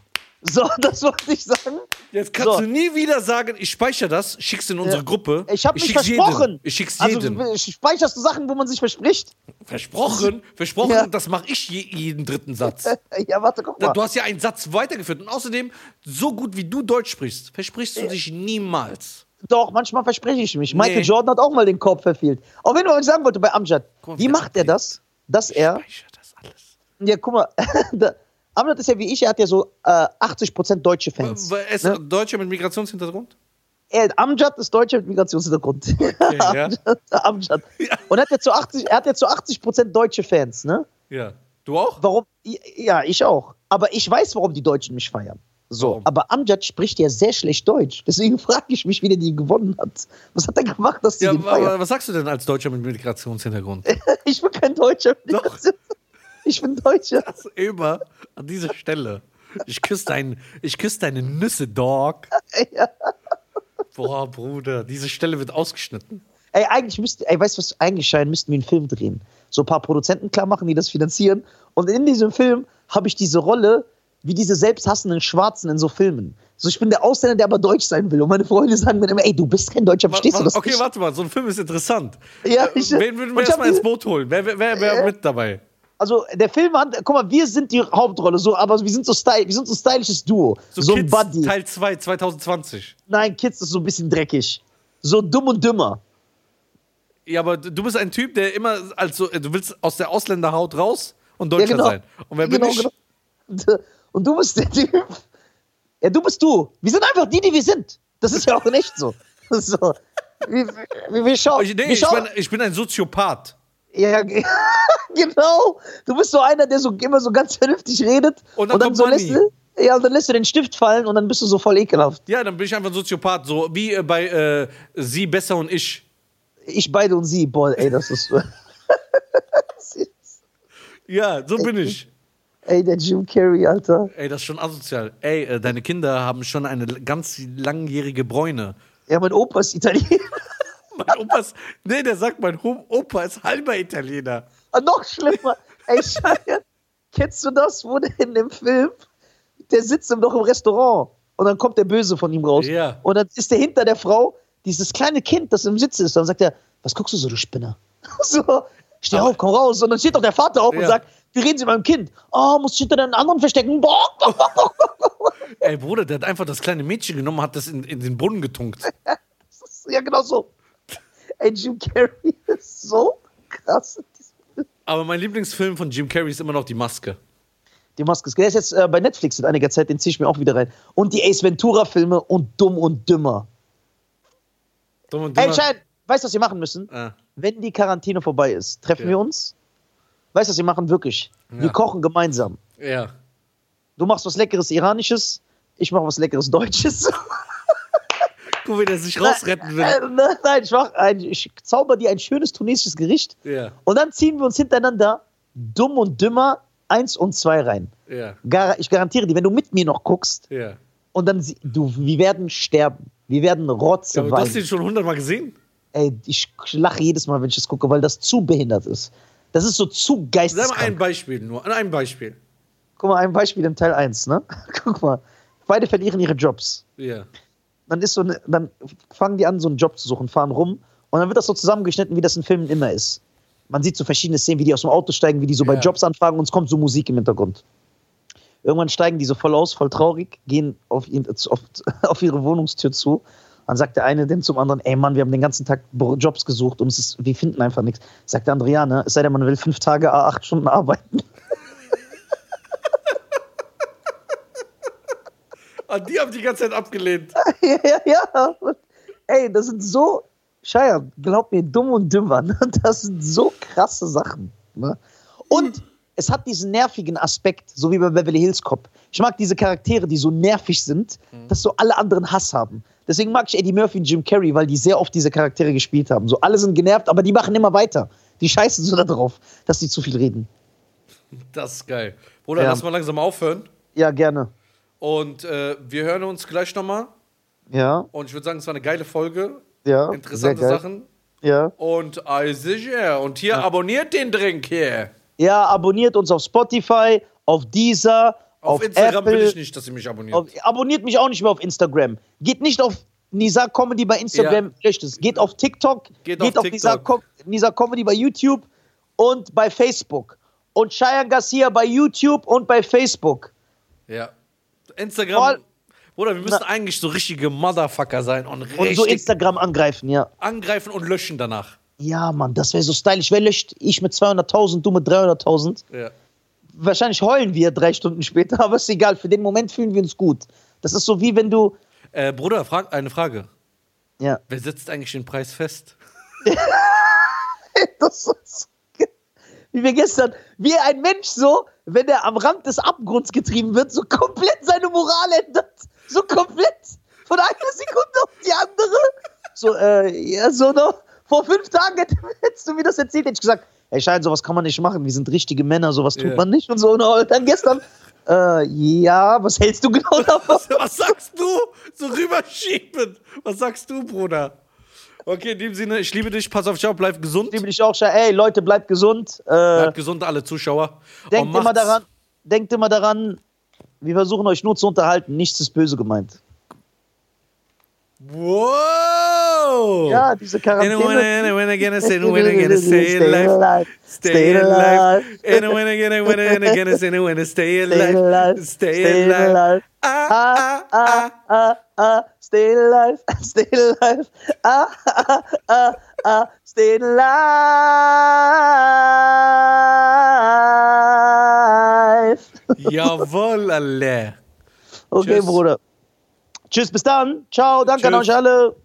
Speaker 2: So, das wollte ich sagen.
Speaker 1: Jetzt kannst
Speaker 2: So.
Speaker 1: du nie wieder sagen, ich speichere das, schick's in unsere
Speaker 2: Ja.
Speaker 1: Gruppe.
Speaker 2: Ich habe mich
Speaker 1: schick's
Speaker 2: versprochen.
Speaker 1: Jedem. Ich schick's
Speaker 2: also,
Speaker 1: jedem.
Speaker 2: w- Speicherst du Sachen, wo man sich verspricht?
Speaker 1: versprochen, versprochen,
Speaker 2: Ja.
Speaker 1: das mache ich je, jeden dritten Satz.
Speaker 2: Ja, warte, guck mal.
Speaker 1: Du hast ja einen Satz weitergeführt. Und außerdem, so gut wie du Deutsch sprichst, versprichst du dich niemals.
Speaker 2: Doch, manchmal verspreche ich mich. Michael
Speaker 1: Nee.
Speaker 2: Jordan hat auch mal den Korb verfehlt. Auch wenn du euch sagen wollte bei Amjad,
Speaker 1: Guck mal,
Speaker 2: wie
Speaker 1: wie
Speaker 2: macht er
Speaker 1: der
Speaker 2: das, dass er.
Speaker 1: Speicher das alles.
Speaker 2: Ja, guck mal, da, Amjad ist ja wie ich, er hat ja so äh, 80% deutsche Fans.
Speaker 1: Weil Er ist
Speaker 2: Ne?
Speaker 1: Deutscher mit Migrationshintergrund?
Speaker 2: Er, Amjad ist Deutscher mit Migrationshintergrund.
Speaker 1: ja.
Speaker 2: Amjad, Amjad. Und er hat ja zu 80, er hat ja zu 80% deutsche Fans, ne?
Speaker 1: Ja. Du auch?
Speaker 2: Warum? Ja, ich auch. Aber ich weiß, warum die Deutschen mich feiern. So.
Speaker 1: Warum?
Speaker 2: Aber Amjad spricht ja sehr schlecht Deutsch. Deswegen frage ich mich, wie der die gewonnen hat. Was hat er gemacht, dass die
Speaker 1: Ja,
Speaker 2: den
Speaker 1: wa-
Speaker 2: feiern?
Speaker 1: wa- was sagst du denn als Deutscher mit Migrationshintergrund?
Speaker 2: Ich bin kein Deutscher.
Speaker 1: Doch.
Speaker 2: Ich bin Deutscher.
Speaker 1: Das immer an dieser Stelle. Ich küsse dein, ich küss deine Nüsse, Dog.
Speaker 2: Ja.
Speaker 1: Boah, Bruder, diese Stelle wird ausgeschnitten.
Speaker 2: Ey, eigentlich müssten, ey, weißt du was, eigentlich scheinen, müssten wir einen Film drehen. So ein paar Produzenten klar machen, die das finanzieren. Und in diesem Film habe ich diese Rolle wie diese selbsthassenden Schwarzen in so Filmen. So, ich bin der Ausländer, der aber deutsch sein will. Und meine Freunde sagen mir immer, ey, du bist kein Deutscher,
Speaker 1: Wa-
Speaker 2: verstehst du
Speaker 1: wa-
Speaker 2: das
Speaker 1: okay,
Speaker 2: nicht?
Speaker 1: warte mal, so ein Film ist interessant.
Speaker 2: Ja,
Speaker 1: Äh,
Speaker 2: ich-
Speaker 1: Wen würden
Speaker 2: und
Speaker 1: wir
Speaker 2: ich hab
Speaker 1: erstmal ins
Speaker 2: diese-
Speaker 1: Boot holen? Wer, wer, wer, wer mit dabei?
Speaker 2: Also der Film hat, guck mal, wir sind die Hauptrolle, so, aber wir sind so styl, wir sind so ein stylisches Duo. So, ein
Speaker 1: Kids
Speaker 2: Buddy.
Speaker 1: Teil 2, 2020.
Speaker 2: Nein, Kids ist so ein bisschen dreckig. So dumm und dümmer.
Speaker 1: Ja, aber d- du bist ein Typ, der immer als so, du willst aus der Ausländerhaut raus und Deutscher
Speaker 2: genau.
Speaker 1: sein. Und wer bin
Speaker 2: Genau,
Speaker 1: ich?
Speaker 2: genau. Und, äh, und du bist der Typ. Ja, du bist du. Wir sind einfach die, die wir sind. Das ist ja auch nicht so. so. Wir, wir, wir schauen.
Speaker 1: Ich, nee,
Speaker 2: wir
Speaker 1: ich,
Speaker 2: schauen.
Speaker 1: bin, ich bin ein Soziopath.
Speaker 2: ja, ja, ge- genau. Du bist so einer, der so immer so ganz vernünftig redet.
Speaker 1: Und dann kommt
Speaker 2: so
Speaker 1: Manni.
Speaker 2: lässt du, ja, und dann lässt du den Stift fallen und dann bist du so voll ekelhaft.
Speaker 1: Ja, dann bin ich einfach ein Soziopath, so wie äh, bei äh, Sie besser und ich.
Speaker 2: Ich beide und sie. Boah, ey, das ist.
Speaker 1: Ja, so
Speaker 2: Äh,
Speaker 1: bin ich.
Speaker 2: ey, der Jim Carrey, Alter.
Speaker 1: Ey, das ist schon asozial. Ey, äh, deine Kinder haben schon eine l- ganz langjährige Bräune.
Speaker 2: Ja, mein Opa ist Italiener.
Speaker 1: Mein Opa ist, nee, der sagt, mein Ho- Opa ist halber Italiener.
Speaker 2: Ah, Noch schlimmer. Ey, Scheiße. Kennst du das, wo der in dem Film, der sitzt im- noch im Restaurant und dann kommt der Böse von ihm raus.
Speaker 1: Ja.
Speaker 2: Und dann ist der hinter der Frau, dieses kleine Kind, das im Sitz ist. Dann sagt er, was guckst du so, du Spinner? So, steh auf, komm raus. Und dann steht doch der Vater auf und
Speaker 1: Ja.
Speaker 2: sagt, wie reden sie mit meinem Kind? Oh, musst du hinter deinen anderen verstecken? Boah, boah, boah, boah.
Speaker 1: Ey, Bruder, der hat einfach das kleine Mädchen genommen, hat das in, in den Brunnen getunkt.
Speaker 2: Ja, genau so. Ey, Jim Carrey ist so krass.
Speaker 1: Aber mein Lieblingsfilm von Jim Carrey ist immer noch Die Maske.
Speaker 2: Die Maske ist geil. Der ist jetzt äh, bei Netflix seit einiger Zeit, den ziehe ich mir auch wieder rein. Und die Ace Ventura-Filme und Dumm und Dümmer.
Speaker 1: Dumm und
Speaker 2: Hey,
Speaker 1: dümmer.
Speaker 2: Schein, weißt du, was wir machen müssen?
Speaker 1: Ah,
Speaker 2: Wenn die Quarantäne vorbei ist, treffen
Speaker 1: Ja.
Speaker 2: wir uns. Weißt du, was wir machen? Wirklich.
Speaker 1: Ja.
Speaker 2: Wir kochen gemeinsam.
Speaker 1: ja.
Speaker 2: Du machst was Leckeres Iranisches, ich mache was Leckeres Deutsches.
Speaker 1: Guck, wie der sich rausretten will.
Speaker 2: Äh, ne, Nein, ich, mach ein, ich zauber dir ein schönes tunesisches Gericht
Speaker 1: Ja,
Speaker 2: und dann ziehen wir uns hintereinander dumm und dümmer eins und zwei rein.
Speaker 1: ja,
Speaker 2: Gar, ich garantiere dir, wenn du mit mir noch guckst
Speaker 1: ja.
Speaker 2: und dann, sie- du, wir werden sterben. Wir werden Rotze
Speaker 1: ja aber du hast
Speaker 2: weinen.
Speaker 1: den schon hundertmal gesehen?
Speaker 2: Ey, ich lache jedes Mal, wenn ich das gucke, weil das zu behindert ist. Das ist so
Speaker 1: Sag
Speaker 2: zu
Speaker 1: mal ein
Speaker 2: geisteskrank.
Speaker 1: Beispiel nur, ein Beispiel.
Speaker 2: Guck mal, ein Beispiel im Teil 1, ne? Guck mal. Beide verlieren ihre Jobs.
Speaker 1: Ja.
Speaker 2: dann ist so eine, dann fangen die an, so einen Job zu suchen, fahren rum und dann wird das so zusammengeschnitten, wie das in Filmen immer ist. Man sieht so verschiedene Szenen, wie die aus dem Auto steigen, wie die so bei
Speaker 1: Ja.
Speaker 2: Jobs anfragen und es kommt so Musik im Hintergrund. Irgendwann steigen die so voll aus, voll traurig, gehen auf, ihn, auf, auf ihre Wohnungstür zu. Dann sagt der eine dem zum anderen, ey Mann, wir haben den ganzen Tag Bü- Jobs gesucht und es ist, wir finden einfach nichts. Sagt der Andrea, ne, es sei denn, man will fünf Tage, ah, acht Stunden arbeiten.
Speaker 1: Ah, die haben die ganze Zeit abgelehnt.
Speaker 2: ja, ja, ja. Ey, das sind so, Scheier, glaub mir, dumm und dümmer. Ne? Das sind so krasse Sachen. Ne? Und es hat diesen nervigen Aspekt, so wie bei Beverly Hills Cop. Ich mag diese Charaktere, die so nervig sind,
Speaker 1: Mhm.
Speaker 2: dass so alle anderen Hass haben. Deswegen mag ich Eddie Murphy und Jim Carrey, weil die sehr oft diese Charaktere gespielt haben. So alle sind genervt, aber die machen immer weiter. Die scheißen so darauf, dass die zu viel reden.
Speaker 1: Das ist geil. Bruder,
Speaker 2: Ja.
Speaker 1: lass mal langsam aufhören.
Speaker 2: Ja, gerne.
Speaker 1: Und äh, wir hören uns gleich nochmal.
Speaker 2: Ja,
Speaker 1: Und ich würde sagen, es war eine geile Folge.
Speaker 2: ja.
Speaker 1: Interessante
Speaker 2: sehr geil.
Speaker 1: Sachen.
Speaker 2: Ja.
Speaker 1: Und I sicher. Und hier abonniert den Drink hier.
Speaker 2: Ja, abonniert uns auf Spotify, auf Deezer,
Speaker 1: Auf,
Speaker 2: auf,
Speaker 1: Instagram
Speaker 2: Apple.
Speaker 1: will ich nicht, dass ihr mich abonniert.
Speaker 2: Auf, abonniert mich auch nicht mehr auf Instagram. Geht nicht auf Nisa Comedy bei Instagram,
Speaker 1: Ja.
Speaker 2: löscht es. Geht auf TikTok,
Speaker 1: Geht
Speaker 2: geht,
Speaker 1: auf
Speaker 2: auf,
Speaker 1: TikTok.
Speaker 2: Nisa, Com Nisa Comedy bei YouTube und bei Facebook. Und Cheyenne Garcia bei YouTube und bei Facebook.
Speaker 1: ja. Instagram.
Speaker 2: Voll.
Speaker 1: Bruder, wir müssen eigentlich so richtige Motherfucker sein und
Speaker 2: Und
Speaker 1: richtig
Speaker 2: so Instagram angreifen, ja.
Speaker 1: angreifen und löschen danach.
Speaker 2: Ja, Mann, das wäre so stylisch. Wer löscht? Ich mit 200.000, du mit 300.000.
Speaker 1: Ja.
Speaker 2: Wahrscheinlich heulen wir drei Stunden später, aber ist egal. Für den Moment fühlen wir uns gut. Das ist so wie wenn du.
Speaker 1: Äh, Bruder, frag, eine Frage.
Speaker 2: Ja.
Speaker 1: Wer setzt eigentlich den Preis fest?
Speaker 2: Das ist ge- wie wir gestern, wie ein Mensch so, wenn er am Rand des Abgrunds getrieben wird, so komplett seine Moral ändert. So komplett. Von einer Sekunde auf die andere. So, äh, ja, so noch. Vor fünf Tagen hätte- hättest du mir das erzählt, hätte ich gesagt, ey Schein, sowas kann man nicht machen, wir sind richtige Männer, sowas tut
Speaker 1: Ja.
Speaker 2: man nicht und so. Und dann gestern, äh, ja, was hältst du genau davon?
Speaker 1: Was sagst du? So rüberschieben. Was sagst du, Bruder? Okay, in dem Sinne, ich liebe dich, pass auf dich auf, bleib gesund.
Speaker 2: Ich liebe dich auch, Schein. Ey, Leute, bleibt gesund. Äh,
Speaker 1: Bleibt gesund, alle Zuschauer. Und
Speaker 2: Denkt immer
Speaker 1: macht's-
Speaker 2: daran, denkt immer daran, wir versuchen euch nur zu unterhalten, nichts ist böse gemeint.
Speaker 1: Wow!
Speaker 2: Ja, diese
Speaker 1: And when, I- and
Speaker 2: Quarantäne.
Speaker 1: when I gonna say, and when I gonna stay alive, stay alive. And when I gonna, when I gonna, gonna say, and when I stay alive, stay alive. Ah, ah, ah.
Speaker 2: Ah, ah, ah, stay alive, stay alive. Ah, ah, ah, ah, stay alive.
Speaker 1: Jawohl, alle.
Speaker 2: Okay,
Speaker 1: Tschüss.
Speaker 2: Bruder. Tschüss, bis dann. Ciao, danke an
Speaker 1: Tschüss.
Speaker 2: euch alle.